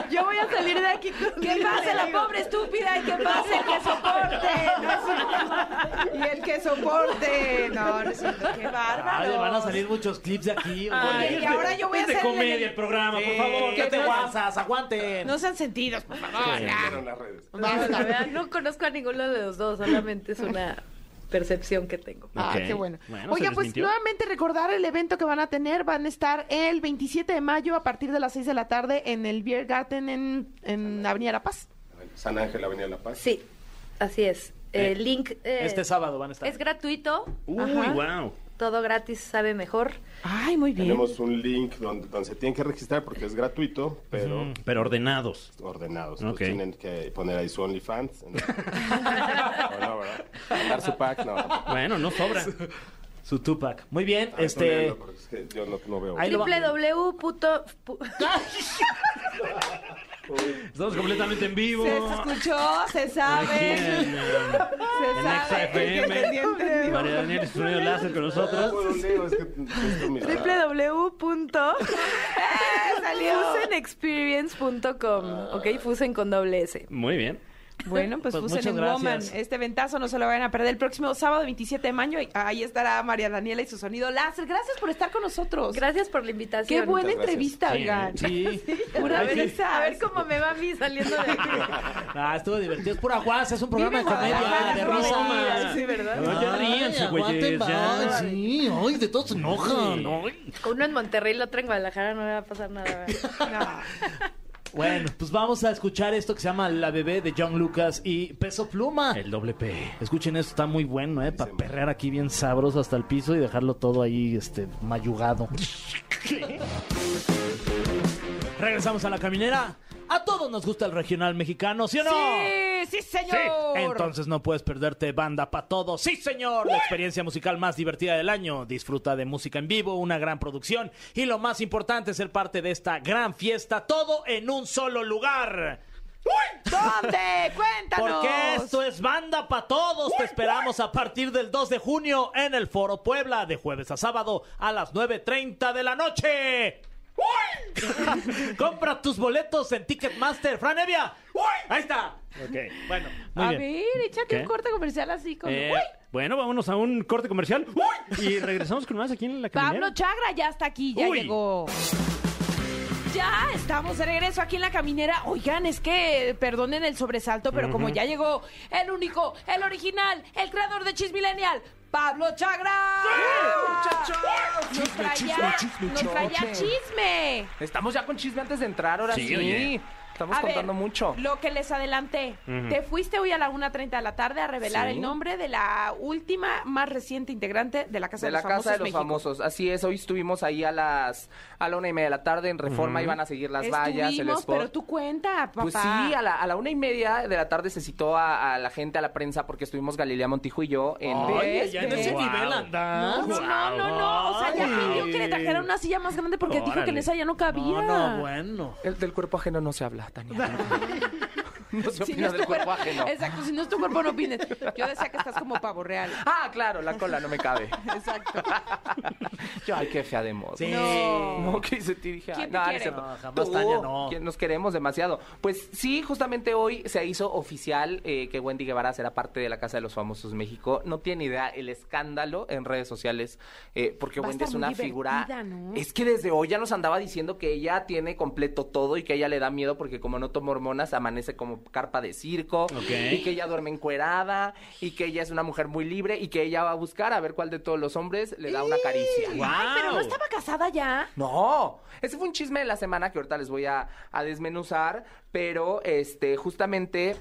E: Yo voy a salir de aquí con...
B: Que pase la pobre estúpida y que pase el que soporte. no es cierto. y el que soporte. No, no es cierto. Qué
D: Ay,
B: bárbaro.
D: le van a salir muchos clips de aquí.
B: Ay,
D: oye.
B: y ahora yo voy a
C: Es de
B: hacer el-
C: comedia el programa, por favor.
D: que
C: ya
D: te
C: te guas-
D: guasas, aguanten.
B: No sean sentidos, por favor. Ah.
E: Ah.
F: Vieron las redes.
E: No, la verdad, no conozco a ninguno de los dos. Solamente es una percepción que tengo.
B: Ah,
C: Ok.
B: qué bueno.
C: Bueno,
B: Oiga,
C: se
B: pues
C: desmintió.
B: nuevamente recordar el evento que van a tener. Van a estar el 27 de mayo a partir de las 6 de la tarde en el Beer Garden en, en Avenida La Paz.
F: San Ángel, Avenida La Paz.
E: Sí, así es.
D: Eh,
E: El link... eh,
D: Este sábado van a estar.
E: Es gratuito,
C: ¡Uy,
B: Ajá.
C: wow!
E: todo gratis, sabe mejor.
B: Ay, muy bien.
F: Tenemos un link donde, donde se tienen que registrar porque es gratuito, pero
C: Pero ordenados.
F: ordenados.
C: Ok.
F: Pues tienen que poner ahí su OnlyFans. ¿no? no, no, ¿verdad? Dar su pack, no. tampoco.
C: Bueno, no sobra.
D: Su Tupac. Muy bien,
F: Ah, estoy
D: este.
F: viendo, porque es que yo no, no veo.
D: Ahí lo va-
E: www. punto- pu-
C: Estamos completamente en vivo.
B: Se escuchó, se
C: Aquí
B: sabe.
C: en, eh,
B: Se
C: en
B: sabe.
C: XFM.
B: El que entendió, entendió.
C: eh, María Daniel y su sonido láser con
F: No
C: nosotros.
F: puedo leer, es que justo mi-
E: www. punto
B: ¡Eh, salió!
E: fusenexperience.com. Ok, Fusen con doble S.
C: Muy bien.
B: Bueno, pues,
D: Pues
B: Fusen
D: muchas
B: en
D: gracias.
B: Woman. Este ventazo no se lo vayan a perder el próximo sábado 27 de mayo. y Ahí estará María Daniela y su sonido láser. Gracias por estar con nosotros.
E: Gracias por la invitación.
B: Qué buena
F: Muchas gracias.
B: entrevista,
C: Sí,
B: oigan.
D: Sí.
E: Pura- a,
B: Ay,
E: ver,
B: sí.
E: a ver cómo me va a mí saliendo de aquí.
D: Ah, estuvo divertido. Es pura guasa, es un programa de
B: Vive en
D: comedia, de
B: Guadalajara,
D: risa.
B: Guadalajara, sí, ¿verdad?
C: No, ya ríanse, güeyes. ya.
D: sí, ay, de todos se enojan.
E: Uno en Monterrey, el otro en Guadalajara, no me va a pasar nada. ¿verdad?
B: No.
D: Bueno, pues vamos a escuchar esto que se llama La Bebé de John Lucas y Peso Pluma.
C: El doble P.
D: Escuchen esto, está muy bueno, ¿eh? Para perrear aquí bien sabroso hasta el piso y dejarlo todo ahí, este, mayugado. Regresamos a la caminera. A todos nos gusta el regional mexicano, ¿sí o no?
B: Sí, sí, señor.
D: Entonces no puedes perderte banda para todos. Sí, señor. La experiencia musical más divertida del año. Disfruta de música en vivo, una gran producción y lo más importante es ser parte de esta gran fiesta, todo en un solo lugar.
B: ¿Dónde? Cuéntanos.
D: Porque esto es Banda para Todos. Te esperamos a partir del 2 de junio en el Foro Puebla, de jueves a sábado a las 9.30 de la noche. Compra tus boletos en Ticketmaster. Fran Evia. Ahí está. Bueno, muy
B: a
D: bien.
B: ver, échate
C: ¿Qué?
B: un corte comercial así con.
C: Eh,
B: ¡Uy!
C: bueno, vámonos a un corte comercial. Y regresamos con más aquí en la caminera.
B: Pablo Chagra ya está aquí, ya
C: Uy.
B: llegó. Ya estamos de regreso aquí en la caminera. Oigan, es que eh, perdonen el sobresalto, pero como ya llegó el único, el original, el creador de Chis Millennial, Pablo Chagra. ¡Nos traía, nos traía chisme!
G: Estamos ya con chisme antes de entrar, ahora
C: Sí,
G: sí.
C: oye.
G: Estamos
B: A ver,
G: contando mucho.
B: Lo que les adelanté. Te fuiste hoy a la 1.30 de la tarde a revelar
G: Sí.
B: el nombre de la última, más reciente integrante de la Casa
G: De
B: de,
G: la
B: los Famosos.
G: Casa de los
B: México.
G: Famosos. Así es, hoy estuvimos ahí a las a la una y media de la tarde en Reforma, iban a seguir las vallas, el
B: Estuvimos,
G: spot.
B: pero tú cuenta, papá.
G: Pues sí, a la, a la una y media de la tarde se citó a, a la gente, a la prensa, porque estuvimos Galilea Montijo y yo en...
B: Ay,
D: Oye, ya en ese
B: Wow.
D: nivel
B: No,
D: andas.
B: no, no, no, no. O sea, ya pidió que le trajeran una silla más grande porque dijo
C: Órale.
B: que en esa ya no cabía.
D: No, no, bueno.
G: El del cuerpo ajeno no se habla, Tania. No se
B: Si
G: opina
B: no es
G: del
B: tu
G: cuerpo
B: cuerpo-
G: ajeno.
B: Exacto, si no es tu cuerpo no opines. Yo decía que estás como pavo real.
G: Ah, claro, la cola no me cabe.
B: Exacto.
G: Yo, ay, qué fea de moda.
D: Sí.
G: No, que hice ti dije,
B: ¿Quién
G: "Ah,
B: te
G: no, no es
B: quiere?"
G: cierto.
D: No, jamás,
G: Tú,
D: Tania, no.
G: que Nos queremos demasiado. Pues sí, justamente hoy se hizo oficial eh, que Wendy Guevara será parte de la Casa de los Famosos México. No tiene idea el escándalo en redes sociales, eh, porque
B: Va a
G: Wendy
B: estar
G: es una
B: muy
G: figura.
B: divertida, ¿no?
G: Es que desde hoy ya nos andaba diciendo que ella tiene completo todo y que a ella le da miedo porque como no toma hormonas amanece como carpa de circo y que ella duerme encuerada y que ella es una mujer muy libre y que ella va a buscar a ver cuál de todos los hombres le da una caricia.
B: Ay, pero no estaba casada ya.
G: No, ese fue un chisme de la semana que ahorita les voy a, a desmenuzar, pero este, justamente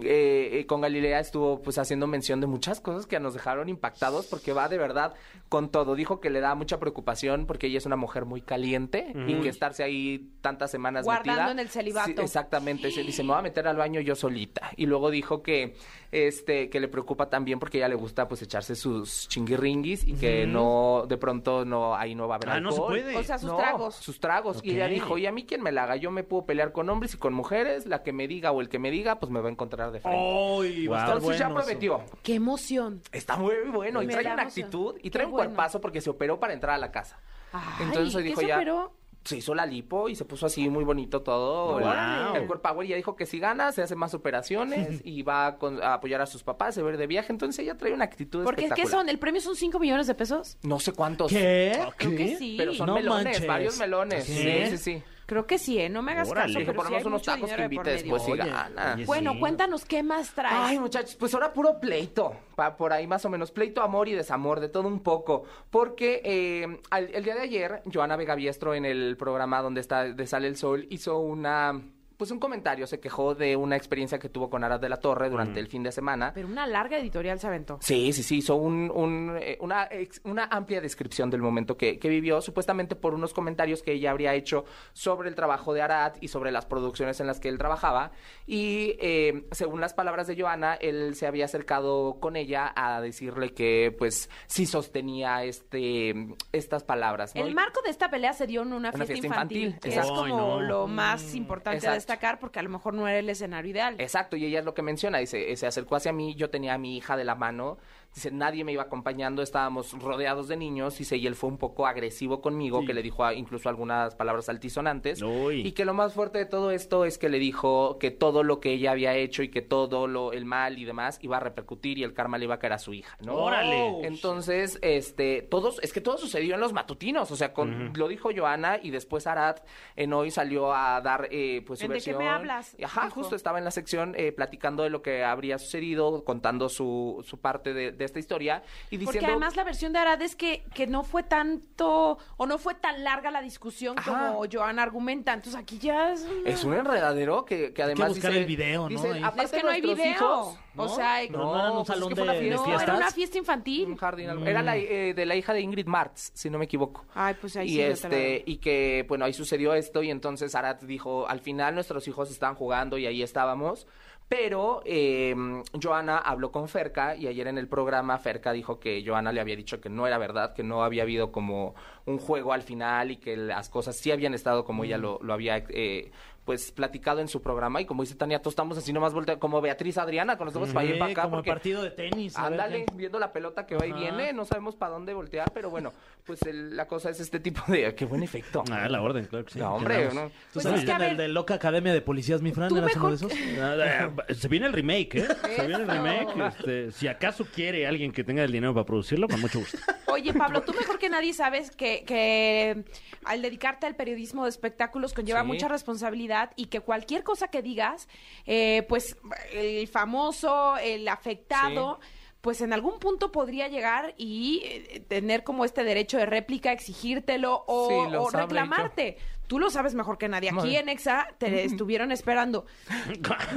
G: eh, eh, con Galilea estuvo pues haciendo mención de muchas cosas que nos dejaron impactados porque va de verdad con todo. Dijo que le da mucha preocupación porque ella es una mujer muy caliente y que estarse ahí tantas semanas
B: Guardando
G: metida-
B: en el celibato.
G: Sí, exactamente, se dice, me voy a meter al baño yo solita. Y luego dijo que este que le preocupa también porque ella le gusta pues echarse sus chinguirringuis y que no de pronto no ahí no va a haber
C: Ah, no se
G: alcohol.
C: puede.
B: O sea, sus
G: No,
B: tragos.
G: Sus tragos. Y ella
C: Ok.
G: dijo, ¿y a mí quién me la haga? Yo me puedo pelear con hombres y con mujeres. La que me diga o el que me diga, pues me va a encontrar de frente.
D: Ay, va a estar
G: Entonces ya
D: Oh, bueno eso.
G: prometió.
B: Qué emoción.
G: Está muy bueno. Y
B: Me
G: trae
B: da
G: una
B: emoción.
G: actitud y
B: Qué
G: trae un
B: bueno.
G: cuerpazo porque se operó para entrar a la casa.
B: Ay,
G: Entonces
B: ¿qué
G: dijo
B: se
G: ya.
B: operó?
G: Se hizo la lipo y se puso así muy bonito todo. el-
C: Órale.
G: El Core Power ya dijo que si gana, se hace más operaciones y va a, con- a apoyar a sus papás, se va a ir de viaje. Entonces ella trae una actitud
B: Porque ¿qué
G: espectacular.
B: son? ¿El premio son 5 millones de pesos?
G: No sé cuántos.
D: ¿Qué?
B: Creo que sí.
G: Pero son
D: No
G: melones,
D: manches.
G: varios melones.
D: ¿Sí?
G: Sí, sí, sí.
B: Creo que sí, ¿eh? No me hagas
C: Órale.
B: caso,
C: Dije,
G: Que
B: pero
G: ponemos
B: sí hay
G: unos
B: mucho
G: tacos
B: dinero
G: que
B: de
G: invite
B: por medio.
G: después y
D: Oye,
G: gana.
C: oye,
B: Bueno,
C: Sí.
B: cuéntanos, ¿qué más traes?
G: Ay, muchachos, pues ahora puro pleito. Pa- por ahí más o menos. Pleito, amor y desamor, de todo un poco. Porque eh, al- el día de ayer, Joana Vegaviestro, en el programa donde está de Sale el Sol, hizo una. Pues un comentario, se quejó de una experiencia que tuvo con Aras de la Torre durante el fin de semana.
B: Pero una larga editorial se aventó.
G: Sí, sí, sí, hizo un- un, eh, una, ex- una amplia descripción del momento que, que vivió, supuestamente por unos comentarios que ella habría hecho sobre el trabajo de Arad y sobre las producciones en las que él trabajaba. Y eh, según las palabras de Joana, él se había acercado con ella a decirle que, pues, sí sostenía este, estas palabras. ¿no?
B: El
G: Y-
B: marco de esta pelea se dio en una fiesta,
G: fiesta
B: infantil,
G: infantil,
B: que
G: exacto. Mm,
B: es como
C: Ay, no.
B: lo más importante a
G: exacto.
B: destacar porque a lo mejor no era el escenario ideal.
G: Exacto, y ella es lo que menciona, dice, eh, se acercó hacia mí, yo tenía a mi hija de la mano, dice, nadie me iba acompañando, estábamos rodeados de niños, dice, y él fue un poco agresivo conmigo, que le dijo a- incluso algunas palabras altisonantes,
C: Uy.
G: y que lo más fuerte de todo esto es que le dijo que todo lo que ella había hecho y que todo lo, el mal y demás iba a repercutir y el karma le iba a caer a su hija, ¿no?
C: Órale.
B: Oh,
G: Entonces, este, todos, es que todo sucedió en los matutinos, o sea, con, lo dijo Joana y después Arad en hoy salió a dar, eh, pues, su
B: ¿En de qué
G: versión.
B: me hablas?
G: Ajá,
B: Dijo.
G: justo estaba en la sección eh, platicando de lo que habría sucedido, contando su, su parte de, de esta historia y diciendo...
B: Porque además la versión de Arad es que, que no fue tanto o no fue tan larga la discusión
G: Ajá.
B: como Joana argumenta. Entonces aquí ya es una-
G: Es un enredadero que, que además
D: buscar
G: dice-
D: el video, ¿no?
G: dicen,
D: Ahí.
G: aparte
B: Es que no hay
G: nuestros
B: video.
G: hijos,
B: O sea,
D: No, no era en un
G: pues es
D: salón
G: que fue una
D: de- de
G: fiesta.
B: no, era
D: fiestas.
B: una fiesta
G: un
B: infantil.
G: jardín, algo. Era la, eh, de la hija de Ingrid Martz, si no me equivoco.
B: Mm. Ay, pues ahí
G: y
B: sí no te la
G: este
B: doy.
G: y que bueno ahí sucedió esto y entonces Arat dijo al final nuestros hijos están jugando y ahí estábamos pero eh, Joana habló con Ferca y ayer en el programa Ferca dijo que Joana le había dicho que no era verdad que no había habido como un juego al final y que las cosas sí habían estado como
B: Mm.
G: ella lo, lo había eh, pues platicado en su programa y como dice Tania todos estamos así nomás voltea como Beatriz Adriana con los ojos para allá y para
D: Sí,
G: acá
D: como el
G: porque
D: partido de tenis. a ver
G: Ándale,
D: quién-
G: viendo la pelota que va y
D: Ajá.
G: viene, no sabemos para dónde voltear, pero bueno, pues el- la cosa es este tipo de... ¡Qué buen efecto!
C: Ah, la orden, claro que sí.
G: No, hombre,
C: Quedamos.
G: no.
D: ¿Tú
B: Pues
D: sabes
B: es
D: que
B: que, a
D: en el
B: ver,
D: de Loca Academia de Policías, mi Fran,
B: Tú
D: eras uno de
B: mejor
D: esos?
C: Nada, Se viene el remake, ¿eh? Se viene el
B: Eso.
C: remake. este, si acaso quiere alguien que tenga el dinero para producirlo, con mucho gusto.
B: oye Pablo, tú mejor que nadie sabes que, que al dedicarte al periodismo de espectáculos conlleva
G: Sí.
B: mucha responsabilidad y que cualquier cosa que digas, eh, pues el famoso, el afectado... Pues en algún punto podría llegar y eh, tener como este derecho de réplica, exigírtelo o,
G: Sí, lo
B: o
G: sabe,
B: reclamarte. Tú lo sabes mejor que nadie. Aquí
G: Madre.
B: en EXA te estuvieron esperando.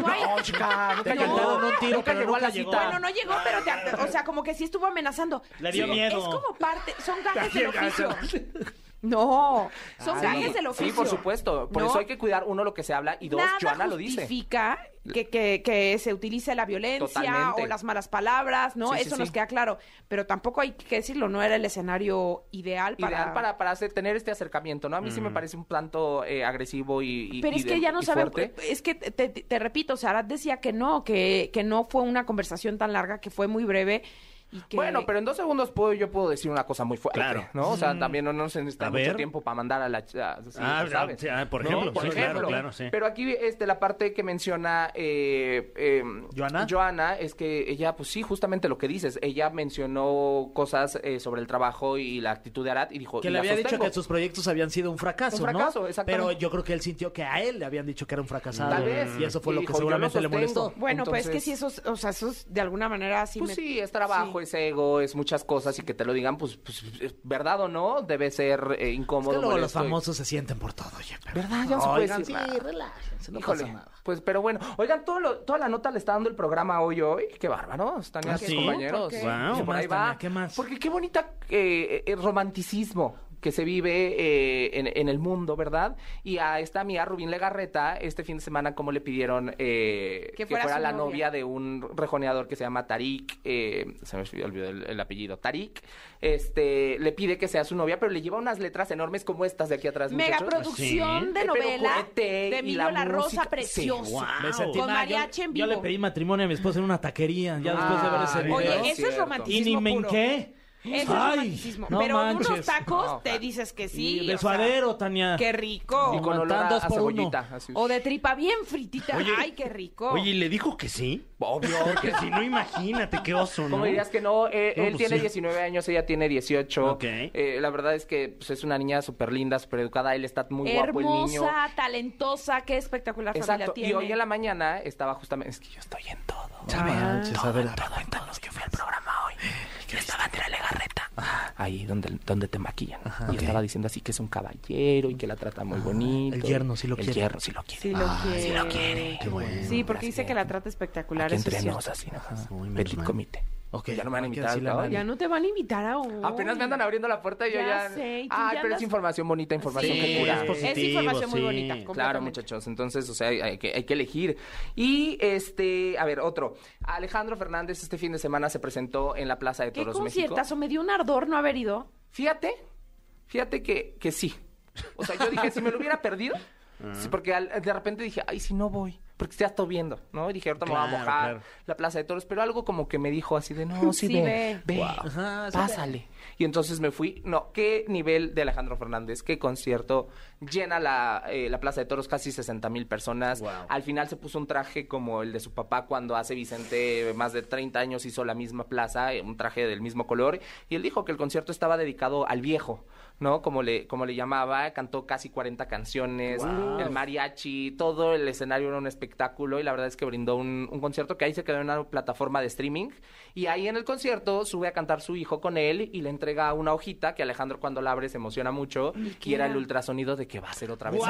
B: No hay-
G: No, chica, nunca
D: Te
B: No,
D: cantaron un tiro,
G: nunca
D: pero
G: llegó a
D: nunca
G: la
D: Ah, llegó.
G: cita.
B: Bueno, no
G: Ah.
B: llegó, pero te- o sea, como que sí estuvo amenazando.
D: Le dio
B: Sí,
D: miedo.
B: Es como parte, son gajes del oficio. No, son
G: Ah, Sí,
B: gajes del oficio.
G: Sí, por supuesto. Por
B: No.
G: eso hay que cuidar, uno, lo que se habla, y dos,
B: Nada
G: Joana lo dice.
B: justifica que, que, que se utilice la violencia
G: Totalmente.
B: o las malas palabras, ¿no?
G: Sí, sí,
B: Eso
G: sí.
B: nos queda claro. Pero tampoco hay que decirlo, no era el escenario ideal para...
G: Ideal para, para hacer, tener este acercamiento, ¿no? A mí sí me parece un tanto eh, agresivo y, y-
B: Pero
G: y
B: es
G: de-
B: que ya no
G: y
B: saben,
G: fuerte.
B: es que te, te- te repito, o sea, Arad decía que no, que, que no fue una conversación tan larga, que fue muy breve y que...
G: Bueno, pero en dos segundos puedo, yo puedo decir una cosa muy fuerte,
C: Claro.
G: ¿no? O
B: Mm.
G: sea, también no, no se
C: A
G: necesita
C: ver.
G: mucho tiempo para mandar a la... ch- a- sí,
C: Ah,
G: ya sabes.
C: sí, ah, por
G: ¿No?
C: ejemplo,
G: Por
C: sí, claro,
G: ejemplo.
C: claro, sí.
G: Pero aquí este, la parte que menciona eh, eh,
D: ¿Joana?
G: es que ella, pues sí, justamente lo que dices, ella mencionó cosas eh, sobre el trabajo y la actitud de Arad y dijo...
D: Que
G: y
D: le
G: la
D: había dicho
G: sostengo.
D: que sus proyectos habían sido un fracaso,
G: Un fracaso,
D: ¿no?
G: exactamente.
D: Pero yo creo que él sintió que a él le habían dicho que era un fracasado.
G: Tal vez.
D: Y eso fue
G: Y
D: lo
G: dijo,
D: que
G: yo
D: seguramente
G: lo
D: le molestó.
G: sostengo.
B: Bueno, pues es que
G: Entonces-
B: si esos, o sea, esos de alguna manera sí
G: Pues
B: me-
G: sí, es trabajo,
B: sí.
G: es ego, es muchas cosas y que te lo digan, pues, pues, eh, verdad o no, debe ser eh,
D: Es
G: incómodo.
D: que luego los
G: molesto y-
D: famosos se sienten por todo, oye. pero-
G: ¿Verdad? Ya no se puede
D: Oigan,
G: decir
D: sí,
G: nada.
D: relájense, no
G: Híjole,
D: pasa nada.
G: pues pero bueno, oigan, todo lo- toda la nota le está dando el programa hoy hoy, qué bárbaro, están
C: ¿Ah,
G: aquí
C: sí?
G: compañeros.
B: ¿Por qué?
C: Guau.
G: Sí, por
D: ¿Qué
G: ahí
D: más,
G: va.
D: Tania? ¿Qué más?
G: Porque qué bonita eh, eh, romanticismo que se vive eh, en, en el mundo, ¿verdad? Y a esta mía, Rubín Legarreta, este fin de semana, como le pidieron eh,
B: Que fuera su
G: la
B: novia.
G: novia de un rejoneador que se llama Tarik, eh, se me olvidó el, el apellido, Tarik, este, le pide que sea su novia, pero le lleva unas letras enormes como estas de aquí atrás, muchachos.
B: Megaproducción
C: Sí.
B: de
G: pues Eh, Pero
B: novela
G: cohete
B: de
G: y
B: Emilio La
G: la música.
B: Rosa
G: Sí,
B: Precioso.
C: guau.
D: Me sentí
B: Con
D: mal. Yo-
B: mariachi en
D: Yo le
B: vivo.
D: pedí matrimonio a mi esposa en una taquería, ya después de ver ese
G: Ay,
D: video.
B: Oye,
G: Ah, es
B: eso es
G: cierto.
D: y
B: romanticismo
D: ni me
B: puro.
D: enqué.
B: Eso
D: Ay,
B: es romanticismo.
D: no
B: pero en unos
D: manches.
B: tacos
G: No,
B: te
G: claro.
B: dices que sí.
D: Y
B: o
D: de
B: sea,
D: suadero, Tania.
B: Qué rico.
G: Y con olor a,
D: Aguantadas
G: a
D: por uno.
G: cebollita. así.
B: O de tripa bien fritita.
C: Oye.
B: Ay, qué rico.
C: Oye, ¿y le dijo que sí?
G: Obvio.
C: Porque si no, imagínate qué oso, ¿no?
G: ¿Cómo dirías que no? Eh,
C: No,
G: él
C: pues
G: tiene
C: sí.
G: 19 años, ella tiene 18.
C: Ok.
G: Eh, la verdad es que pues, es una niña súper linda, súper educada. Él está muy guapo, el niño.
B: Hermosa, talentosa, qué espectacular familia
G: Exacto.
B: tiene.
G: Y hoy en la mañana estaba justamente. Es que yo estoy en todo.
D: manches, a ver, a ver,
G: Cuéntanos que fue el programa hoy. Que estaba Andrea Legarreta. Ahí donde, donde te maquillan. y estaba diciendo así que es un caballero y que la trata muy bonito.
D: Ah, el yerno sí lo quiere.
G: El yerno sí lo quiere.
B: Sí
G: Ah,
D: Ah,
B: lo quiere.
G: sí lo quiere.
B: Qué bueno. Sí, porque dice que la trata espectacular.
G: Aquí
B: Eso
G: entre
B: es
G: nos,
B: cierto.
G: así, ¿no?
C: Uy, menos
G: Petit
C: mal.
G: comité.
D: Ok,
G: Ya no me han
D: hay que
G: invitado.
D: decirle a
G: ¿no?
D: nadie.
B: Ya no te van a invitar aún.
G: Apenas me andan abriendo la puerta y yo
B: Ya
G: ya.
B: sé, y tú
G: Ay,
B: ya
G: pero
B: andas-
G: es información bonita, información
B: Sí,
G: que cura.
C: es positivo,
B: Es información muy
C: sí.
B: bonita.
C: Claro,
G: Claro,
B: completamente.
G: muchachos. Entonces, o sea, hay, hay que, hay que elegir. Y este, a ver, otro. Alejandro Fernández este fin de semana se presentó en la Plaza de
B: Qué
G: Toros México.
B: conciertazo. Me dio un ardor no haber ido.
G: Fíjate, fíjate que, que sí. O sea, yo dije, si me lo hubiera perdido, sí, porque al- de repente dije, ay, si no voy, porque ya estoy viendo, ¿no? Y dije, ahorita me voy a
C: Claro,
G: mojar
C: claro.
G: la plaza de toros, pero algo como que me dijo así de, no, sí,
B: Sí, ve.
G: ve, ve,
D: Ajá, sí,
G: pásale. Y entonces me fui, no, qué nivel de Alejandro Fernández, qué concierto, llena la, eh, la plaza de toros, casi 60 mil personas.
C: Guau.
G: Al final se puso un traje como el de su papá cuando hace Vicente más de 30 años hizo la misma plaza, eh, un traje del mismo color, y él dijo que el concierto estaba dedicado al viejo, ¿no? Como le, como le llamaba, cantó casi 40 canciones, el mariachi, todo el escenario era un espectáculo y la verdad es que brindó un, un concierto que ahí se quedó en una plataforma de streaming y ahí en el concierto sube a cantar su hijo con él y le entrega una hojita que Alejandro cuando la abre se emociona mucho y era el ultrasonido de que va a ser otra vez.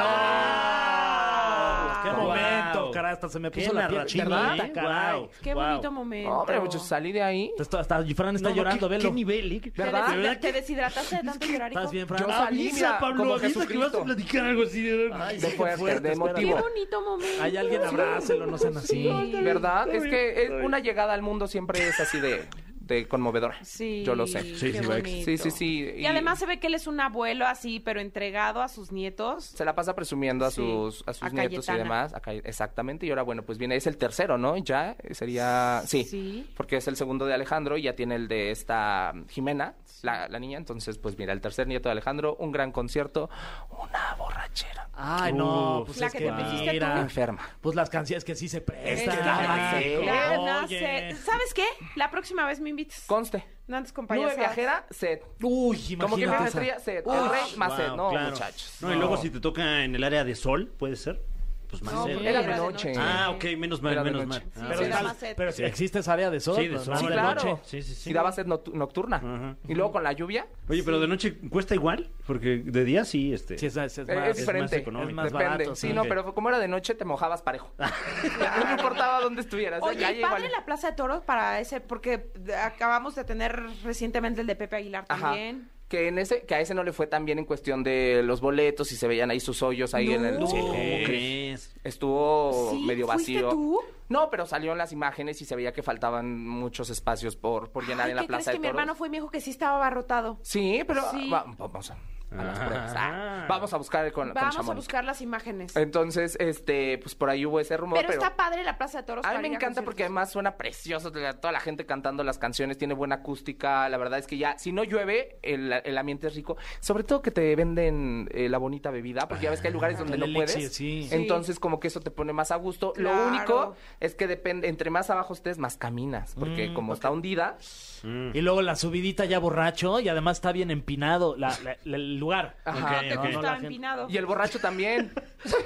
D: ¡Qué
C: Wow.
D: momento! Caray, hasta se me puso
C: Qué
D: la piel
C: narrachini,
D: chinita,
C: ¿eh?
D: caray.
C: Wow.
B: Qué bonito momento.
G: No, Hombre, muchachos, salí de ahí.
D: Hasta, hasta Fran está
C: No, no,
D: llorando,
C: ¿qué-
D: velo.
C: ¿Qué nivel, eh?
B: ¿Te,
G: ¿Verdad?
B: deshidrataste-
C: ¿Verdad que-
B: te deshidrataste de tanto llorar, hijo?
D: ¿Estás bien, Fran?
G: Yo
C: Ah,
G: salí,
C: avisa,
G: mira,
C: Pablo,
G: como
C: avisa que vas a
G: Jesucristo.
C: platicar algo así. De...
D: Ay,
G: de
D: qué
G: fuerte, de
D: espérame.
B: Qué
G: emotivo.
B: bonito momento.
D: Hay alguien, abrácelo, no sean así.
G: ¿Verdad? Es que es- una llegada al mundo siempre es así de, de conmovedora.
B: Sí.
G: Yo lo sé.
C: Sí,
B: qué
C: sí, va.
B: bonito.
G: Sí, sí, sí.
B: Y además se ve que él es un abuelo así, pero entregado a sus nietos.
G: se la pasa presumiendo a
B: Sí,
G: sus, a sus
B: a
G: nietos
B: Cayetana.
G: y demás. a Cay- exactamente. Y ahora, bueno, pues viene, es el tercero, ¿no? Ya sería. Sí.
B: Sí.
G: Porque es el segundo de Alejandro y ya tiene el de esta mm, Jimena, la, la niña. Entonces, pues mira, el tercer nieto de Alejandro, un gran concierto, una borrachera.
D: Ay, no,
C: Uf.
D: pues
B: La
D: es
B: que
D: que,
B: te pusiste
C: Ah.
D: mira,
G: Enferma.
D: Pues las canciones que sí se prestan.
B: Es que
G: nada
D: Ay,
G: sé.
B: Este, Ya
D: oye.
B: no sé. ¿Sabes qué? La próxima vez me invitas.
G: Conste.
B: No antes con
G: Nube
B: payasadas.
G: viajera, set.
D: Uy, imagínate.
G: Como que me
D: esa-
G: maestría, set. El rey más
C: Wow,
G: set. No,
C: claro.
G: muchachos.
C: No, y luego si te toca en el área de sol, puede ser. Pues más
B: No,
C: sed.
B: porque
G: Era
B: de
G: de noche.
C: Ah, ok, menos mal,
G: Era de
C: menos mal.
G: noche.
C: Ah,
B: Sí,
D: Pero,
B: sí,
C: ok.
B: da
D: tal-
B: más sed.
D: pero si existe esa área de sol,
C: Sí, de
D: pues,
C: sol.
D: más
C: Sí,
D: de
C: claro.
D: noche.
C: Sí, sí, sí.
G: Y daba sed notu- nocturna.
C: Ajá.
G: Y luego con la lluvia.
C: Oye, pero de noche cuesta igual, porque de día sí, este.
D: Sí, es, es- es
G: eh,
D: más-
G: es diferente.
C: económico.
D: Es más
G: Depende.
D: barato,
G: sí,
D: sí.
G: no,
C: Ok.
G: pero como era de noche, te mojabas parejo. no importaba dónde estuvieras. en
B: Oye,
G: calle
B: y padre
G: igual.
B: la Plaza de Toros para ese, porque acabamos de tener recientemente el de Pepe Aguilar
G: Ajá.
B: también.
G: Que que en ese, que a ese no le fue tan bien en cuestión de los boletos y se veían ahí sus hoyos ahí en el.
B: No.
G: Sí.
B: ¿Cómo
C: crees?
G: Estuvo
B: ¿Sí?
G: medio
B: ¿Fuiste
G: vacío.
B: tú?
G: No, pero salieron las imágenes y se veía que faltaban muchos espacios por, por llenar
B: Ay,
G: en la
B: ¿qué
G: plaza
B: crees
G: de
B: que mi
G: toros.
B: hermano fue y me dijo que sí estaba abarrotado?
G: Sí, pero
B: Sí.
G: va- vamos a, a las
C: Ah.
G: pruebas. Ah, vamos a buscar con, con
B: Vamos a
G: Chamonix.
B: buscar las imágenes.
G: Entonces, este, pues por ahí hubo ese rumor,
B: pero,
G: Eh, pero,
B: está padre la Plaza de Toros.
G: a mí
B: Pues para
G: me
B: ir
G: encanta porque
B: conciertos.
G: además suena precioso, la- toda la gente cantando las canciones, tiene buena acústica, la verdad es que ya, si no llueve, el, el ambiente es rico, sobre todo que te venden eh, la bonita bebida, porque ya ves que hay lugares donde
D: el
G: no
D: elixir,
G: puedes,
D: sí.
B: Sí.
G: entonces como que eso te pone más a gusto,
B: Claro.
G: lo único es que depende, entre más abajo estés, más caminas, porque como está hundida,
D: Y luego la subidita ya borracho y además está bien empinado la- la- la- el lugar.
C: Ok,
D: No,
G: Ajá,
C: ok.
D: no, la
B: Estaba
D: gente-
B: empinado.
G: y el borracho también,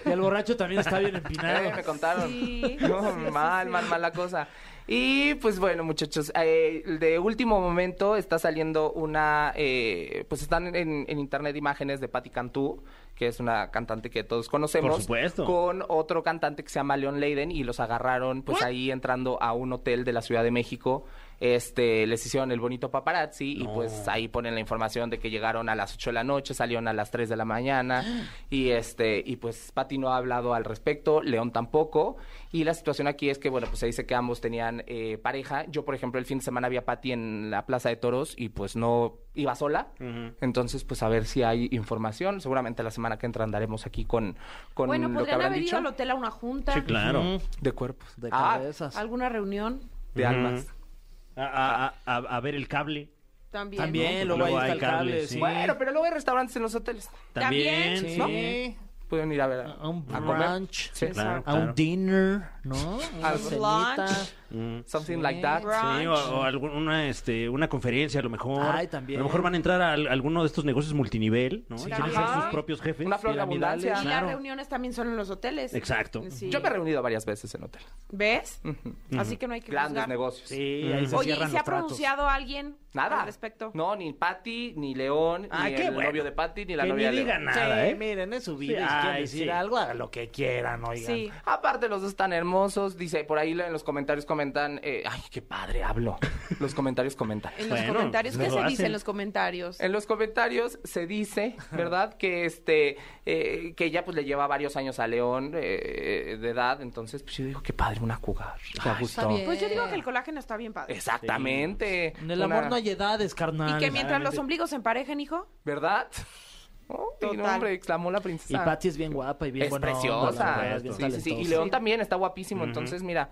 D: Y el borracho también está bien empinado.
G: Eh, me contaron.
B: Sí.
G: No,
B: Sí, sí,
G: mal,
B: sí.
G: mal, mal la cosa. Y pues bueno, muchachos, eh, de último momento está saliendo una, eh, pues están en, en internet imágenes de Patti Cantú, que es una cantante que todos conocemos.
C: Por supuesto.
G: Con otro cantante que se llama Leon Leiden y los agarraron pues ahí entrando a un hotel de la Ciudad de México. Este, les hicieron el bonito paparazzi y pues ahí ponen la información de que llegaron a las 8 de la noche, salieron a las 3 de la mañana y este y pues Patti no ha hablado al respecto, León tampoco y la situación aquí es que bueno, pues se dice que ambos tenían eh, pareja. Yo, por ejemplo, el fin de semana vi a Patti en la Plaza de Toros y pues no iba sola. Entonces, pues a ver si hay información. Seguramente la semana que entra andaremos aquí con con
B: Bueno,
G: lo que
B: podrían
G: habrán
B: haber
G: dicho.
B: ido al hotel a una junta,
C: Sí, claro.
G: De cuerpos.
D: De
G: Ah,
D: cabezas.
B: alguna reunión
G: de
C: Ujú.
G: almas.
C: A, a- a- a- a ver el cable.
B: también.
D: También,
C: ¿no?
D: luego,
C: Luego
D: ahí
C: hay
D: está el cable,
C: cable,
D: sí.
C: sí.
G: Bueno, pues, pero luego hay restaurantes en los hoteles.
B: También,
C: También,
D: Sí.
C: ¿no?
G: Pueden ir a ver.
D: A un
G: a comer.
D: brunch.
G: Sí,
C: Claro,
D: A un
C: claro.
D: dinner, ¿no? Una
G: Algo.
D: cenita.
B: Lunch.
C: Mm.
G: Something like that.
C: Sí, o, o alguna este, una conferencia, a lo mejor.
D: Ay, también.
C: A lo mejor van a entrar a, al- alguno de estos negocios multinivel, ¿no? Y quieren ser
B: Ajá.
C: sus propios jefes.
G: Una flor de
C: piramidales.
G: abundancia.
B: Y
C: Claro.
B: las reuniones también son en los hoteles.
C: Exacto.
B: Sí.
G: Yo me he reunido varias veces en hoteles.
B: ¿Ves? Así que no hay que
G: Grandes
B: juzgar.
G: negocios.
D: Sí, ahí se
B: Oye, ¿y
D: cierran
B: se ha
D: los tratos.
B: pronunciado alguien
G: Nada.
B: al respecto?
G: No, ni Patty, ni León,
C: Ay,
G: ni
C: qué
G: el
C: bueno.
G: novio de Patty, ni la
C: que ni
G: novia de
C: diga
G: León.
C: nada,
D: sí,
C: ¿eh?
D: miren, es su
C: Sí,
D: vida. y si quieren
C: ay,
D: decir
C: sí.
D: algo, hagan lo que quieran, oigan.
B: Sí.
G: Aparte, los dos están hermosos. Dice, por ahí en los comentarios comentan, eh, ay, qué padre hablo. Los comentarios comentan.
B: En los
C: Bueno,
B: comentarios, ¿qué
C: lo
B: se dice
C: hacen.
B: en los comentarios?
G: En los comentarios se dice, ¿verdad? Que este, eh, que ella pues le lleva varios años a León eh, de edad, entonces pues yo digo, qué padre, una
D: Ah,
G: cougar. Me gustó.
E: bien.
B: Pues yo digo que el colágeno está bien padre.
G: Exactamente.
D: En el
G: Una-
D: amor no hay edades, carnal.
B: Y que mientras los
D: Exactamente.
B: ombligos se emparejen, hijo.
G: ¿Verdad? Oh, y no,
B: Total.
G: hombre, exclamó la
D: Y
B: Ah.
G: princesa.
D: Patty es bien guapa y bien
G: es
D: buena onda, la verdad,
G: preciosa.
D: es bien
G: Sí, sí, sí. Y
D: talentosa.
G: León también está guapísimo, entonces mira,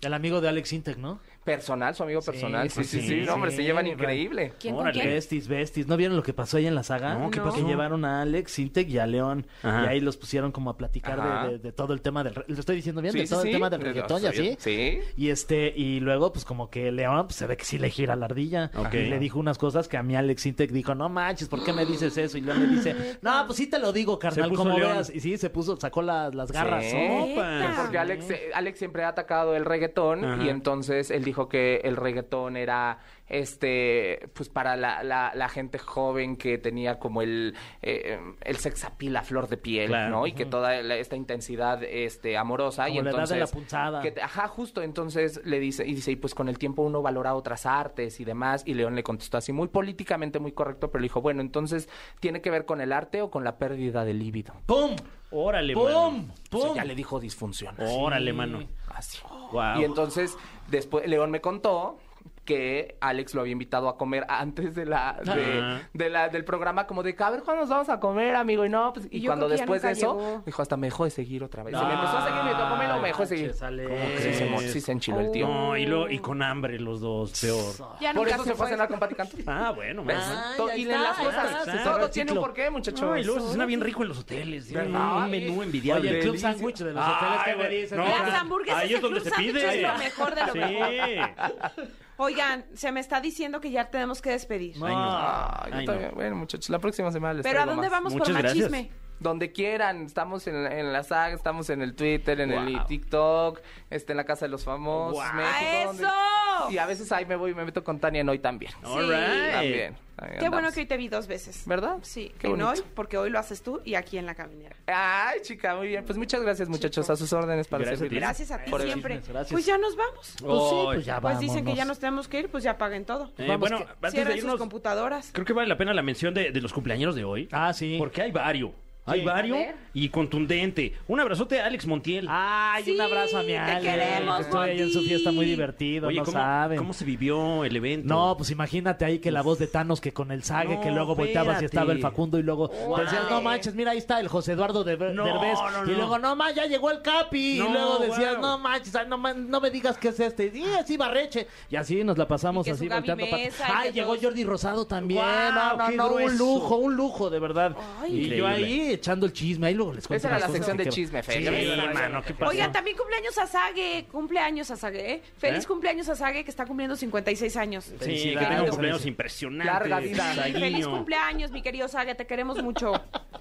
D: El amigo de Alex Intec, ¿no?
G: personal, su amigo personal. Sí, sí, sí,
C: sí,
G: no, hombre,
D: pues sí,
G: se llevan
D: ¿verdad?
G: increíble.
B: ¿Quién con
C: Órale.
B: quién?
D: Besties, besties. ¿No vieron lo que pasó ahí en la saga?
C: No, ¿qué
D: Que
C: pasó?
D: llevaron a Alex, Intec y a León.
C: Ajá.
D: Y ahí los pusieron como a platicar
G: Ajá.
D: de, de- de todo el tema del... re- Lo estoy diciendo bien,
G: Sí,
D: de
G: sí,
D: todo
G: sí.
D: el tema del
G: De los
D: reggaetón y así.
G: reggaetón. Sí.
D: Y este, y luego, pues como que León pues, se ve que sí le gira la ardilla.
C: Ok.
D: Y le dijo unas cosas que a mí Alex Intec dijo, no manches, ¿por qué me dices eso? Y León le dice, no, pues sí te lo digo, carnal,
C: puso
D: como
C: León.
D: veas. Y sí, se puso, sacó la- las garras.
G: Sí.
D: ¿no?
B: Neta.
G: Porque Alex, eh, Alex siempre ha atacado el reggaetón
C: Ajá.
G: y entonces él dijo que el reggaetón era este pues para la, la, la gente joven que tenía como el eh, el sexapil a flor de piel
C: Claro.
G: no y que toda la- esta intensidad este amorosa
D: Como
G: y
D: la edad de
G: entonces
D: la punzada.
G: que te- ajá justo entonces le dice y dice y pues con el tiempo uno valora otras artes y demás y León le contestó así muy políticamente muy correcto pero le dijo bueno entonces tiene que ver con el arte o con la pérdida del líbido
D: ¡Pum!
C: Órale,
D: ¡Pum!
C: mano.
G: O sea,
D: ¡Pum!
G: ya le dijo disfunción
C: Órale, mano.
G: Así.
C: Guau.
G: Y entonces, después, León me contó que Alex lo había invitado a comer antes de la, de,
C: Ah.
G: de la del programa, como de, a ver, ¿cuándo nos vamos a comer, amigo? Y no, pues, y
B: Y yo
G: cuando
B: creo que ya
G: después de
B: nunca
G: eso,
B: llegó.
G: dijo, hasta me dejó de seguir otra vez. Se
C: No.
G: me empezó a seguir, me tocó comer, no, me dejó de seguir.
D: Sale.
C: ¿Cómo
G: Sí, se, mo-
C: crees?
G: sí se enchiló el tío.
C: No, y, luego- y con hambre los dos, peor.
B: Ya
G: Por
B: nunca
G: eso se fue a cenar con Pati Cantú.
C: Ah, bueno,
G: ¿Ves?
C: mano.
G: To-
D: ahí
G: y
D: está,
G: en las
D: ahí
G: cosas,
D: está,
C: se cerró
G: todo
C: el
G: tiene un
C: ciclo.
G: porqué, muchachos.
C: No, y luego se cena bien rico en los hoteles. tienen
G: ¿Verdad?
C: Un menú envidiable.
D: Oye, el club
G: Delicia.
D: sándwich de los
C: Ay,
D: hoteles que me
C: güey,
D: dices.
C: no,
D: ¿no?
B: Las hamburguesas
C: Ahí
B: del
C: es donde
B: club
C: se
B: sándwich
C: pide.
B: es lo mejor de lo
C: sí.
B: Oigan, se me está diciendo que ya tenemos que despedir.
D: No.
G: Ah, yo
C: Ay,
G: también. Bueno, muchachos, la próxima semana les
B: Pero ¿a
G: traigo
B: dónde
G: más.
B: vamos
C: Muchas
B: por más
C: gracias.
B: chisme?
G: Donde quieran, estamos en, en la saga, estamos en el Twitter, en el
C: Wow.
G: TikTok, este, en la Casa de los Famosos,
C: Wow.
G: México,
B: ¡A
G: donde-
B: eso!
G: Y a veces ahí me voy y me meto con Tania en hoy también.
C: All right.
G: También. también
B: Qué bueno
G: andamos.
B: que hoy te vi dos veces.
G: ¿Verdad?
B: Sí,
G: Qué
B: en
G: bonito.
B: hoy, porque hoy lo haces tú y aquí en la caminera.
G: Ay, chica, muy bien. Pues muchas gracias, muchachos. A sus órdenes para
C: Gracias a ti.
G: servirles.
B: Gracias a ti
G: Por el
B: siempre.
D: business, gracias.
B: Pues ya nos vamos.
D: Pues sí,
C: Ay.
D: pues ya
B: Pues dicen que
D: vámonos.
B: ya nos tenemos que ir, pues ya paguen todo.
C: Eh,
D: Vamos,
C: bueno,
D: que-
C: antes
B: Cierren
C: de
B: sus
C: irnos,
B: computadoras.
C: creo que vale la pena la mención de, de los cumpleaños de hoy.
D: Ah, sí.
C: Porque hay varios. Hay varios
E: A ver.
C: y contundente. Un abrazote a Alex Montiel.
D: Ah, Ay, un
B: Sí,
D: abrazo a mi
B: te
D: Ale.
B: queremos,
D: que Estuve ahí en su
B: Monty.
D: fiesta muy divertido,
C: Oye,
D: no
C: ¿cómo,
D: saben.
C: ¿cómo se vivió el evento?
D: No, pues imagínate ahí que la voz de Thanos que con el sague
C: No,
D: que luego volteabas y
C: espérate.
D: estaba el Facundo y luego
C: Órale.
D: decías, no manches, mira ahí está el José Eduardo de
C: No,
D: Derbez
C: no,
D: y
C: no.
D: luego no manches, ya llegó el Capi
C: No,
D: y luego decías,
C: wow.
D: no manches, ay, no, man- no me digas qué es este. Y así barreche y así nos la pasamos
B: Y que
D: así
B: su Gaby
D: volteando pa-
B: Mesa y
D: Ay,
B: que
D: llegó
B: todos-
D: Jordi Rosado también.
C: Guau,
D: no, no,
C: qué
D: no, un
C: grueso.
D: lujo, un lujo de verdad.
C: Increíble.
D: Y yo ahí echando el chisme, ahí luego les cuento
G: Esa era
D: las
G: la
D: cosas
G: sección
D: que-
G: de chisme,
D: pues,
G: Fer.
C: Sí,
G: Ya me-
C: hermano, ¿qué pasó?
B: Oigan, también cumpleaños a Sage. Cumpleaños a Sage. ¿eh? Feliz
C: ¿Eh?
B: cumpleaños a Sage, que está cumpliendo 56 años.
C: Sí, que
D: Felicidades.
C: tenga un cumpleaños impresionante.
G: Larga vida.
B: Sí, feliz
C: Saguiño.
B: cumpleaños, mi querido Sage. Te queremos mucho.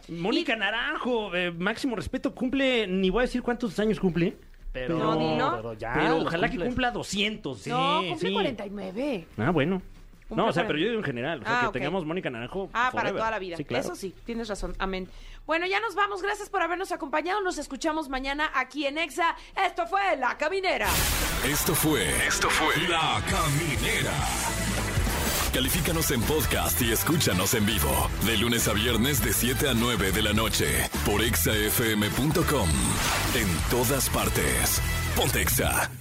C: Mónica Naranjo, eh, máximo respeto, cumple, ni voy a decir cuántos años cumple,
D: Pero,
B: No, dilo.
D: pero ya,
C: pero
D: los
C: ojalá que
D: cumples.
C: cumpla 200. Sí,
B: no, cumple
C: sí.
B: 49.
C: Ah, bueno.
B: Cumple
C: no, o sea,
B: 40.
C: pero yo digo en general, o sea,
B: Ah,
C: que
B: ok.
C: tengamos Mónica Naranjo
B: Ah, para
C: forever.
B: toda la vida.
C: Sí, claro.
B: Eso sí, tienes razón. Amén. Bueno, ya nos vamos. Gracias por habernos acompañado. Nos escuchamos mañana aquí en Exa. Esto fue La Caminera.
A: Esto fue. Esto fue. La Caminera. Califícanos en podcast y escúchanos en vivo. De lunes a viernes de 7 a 9 de la noche. Por exafm.com. En todas partes. Pontexa.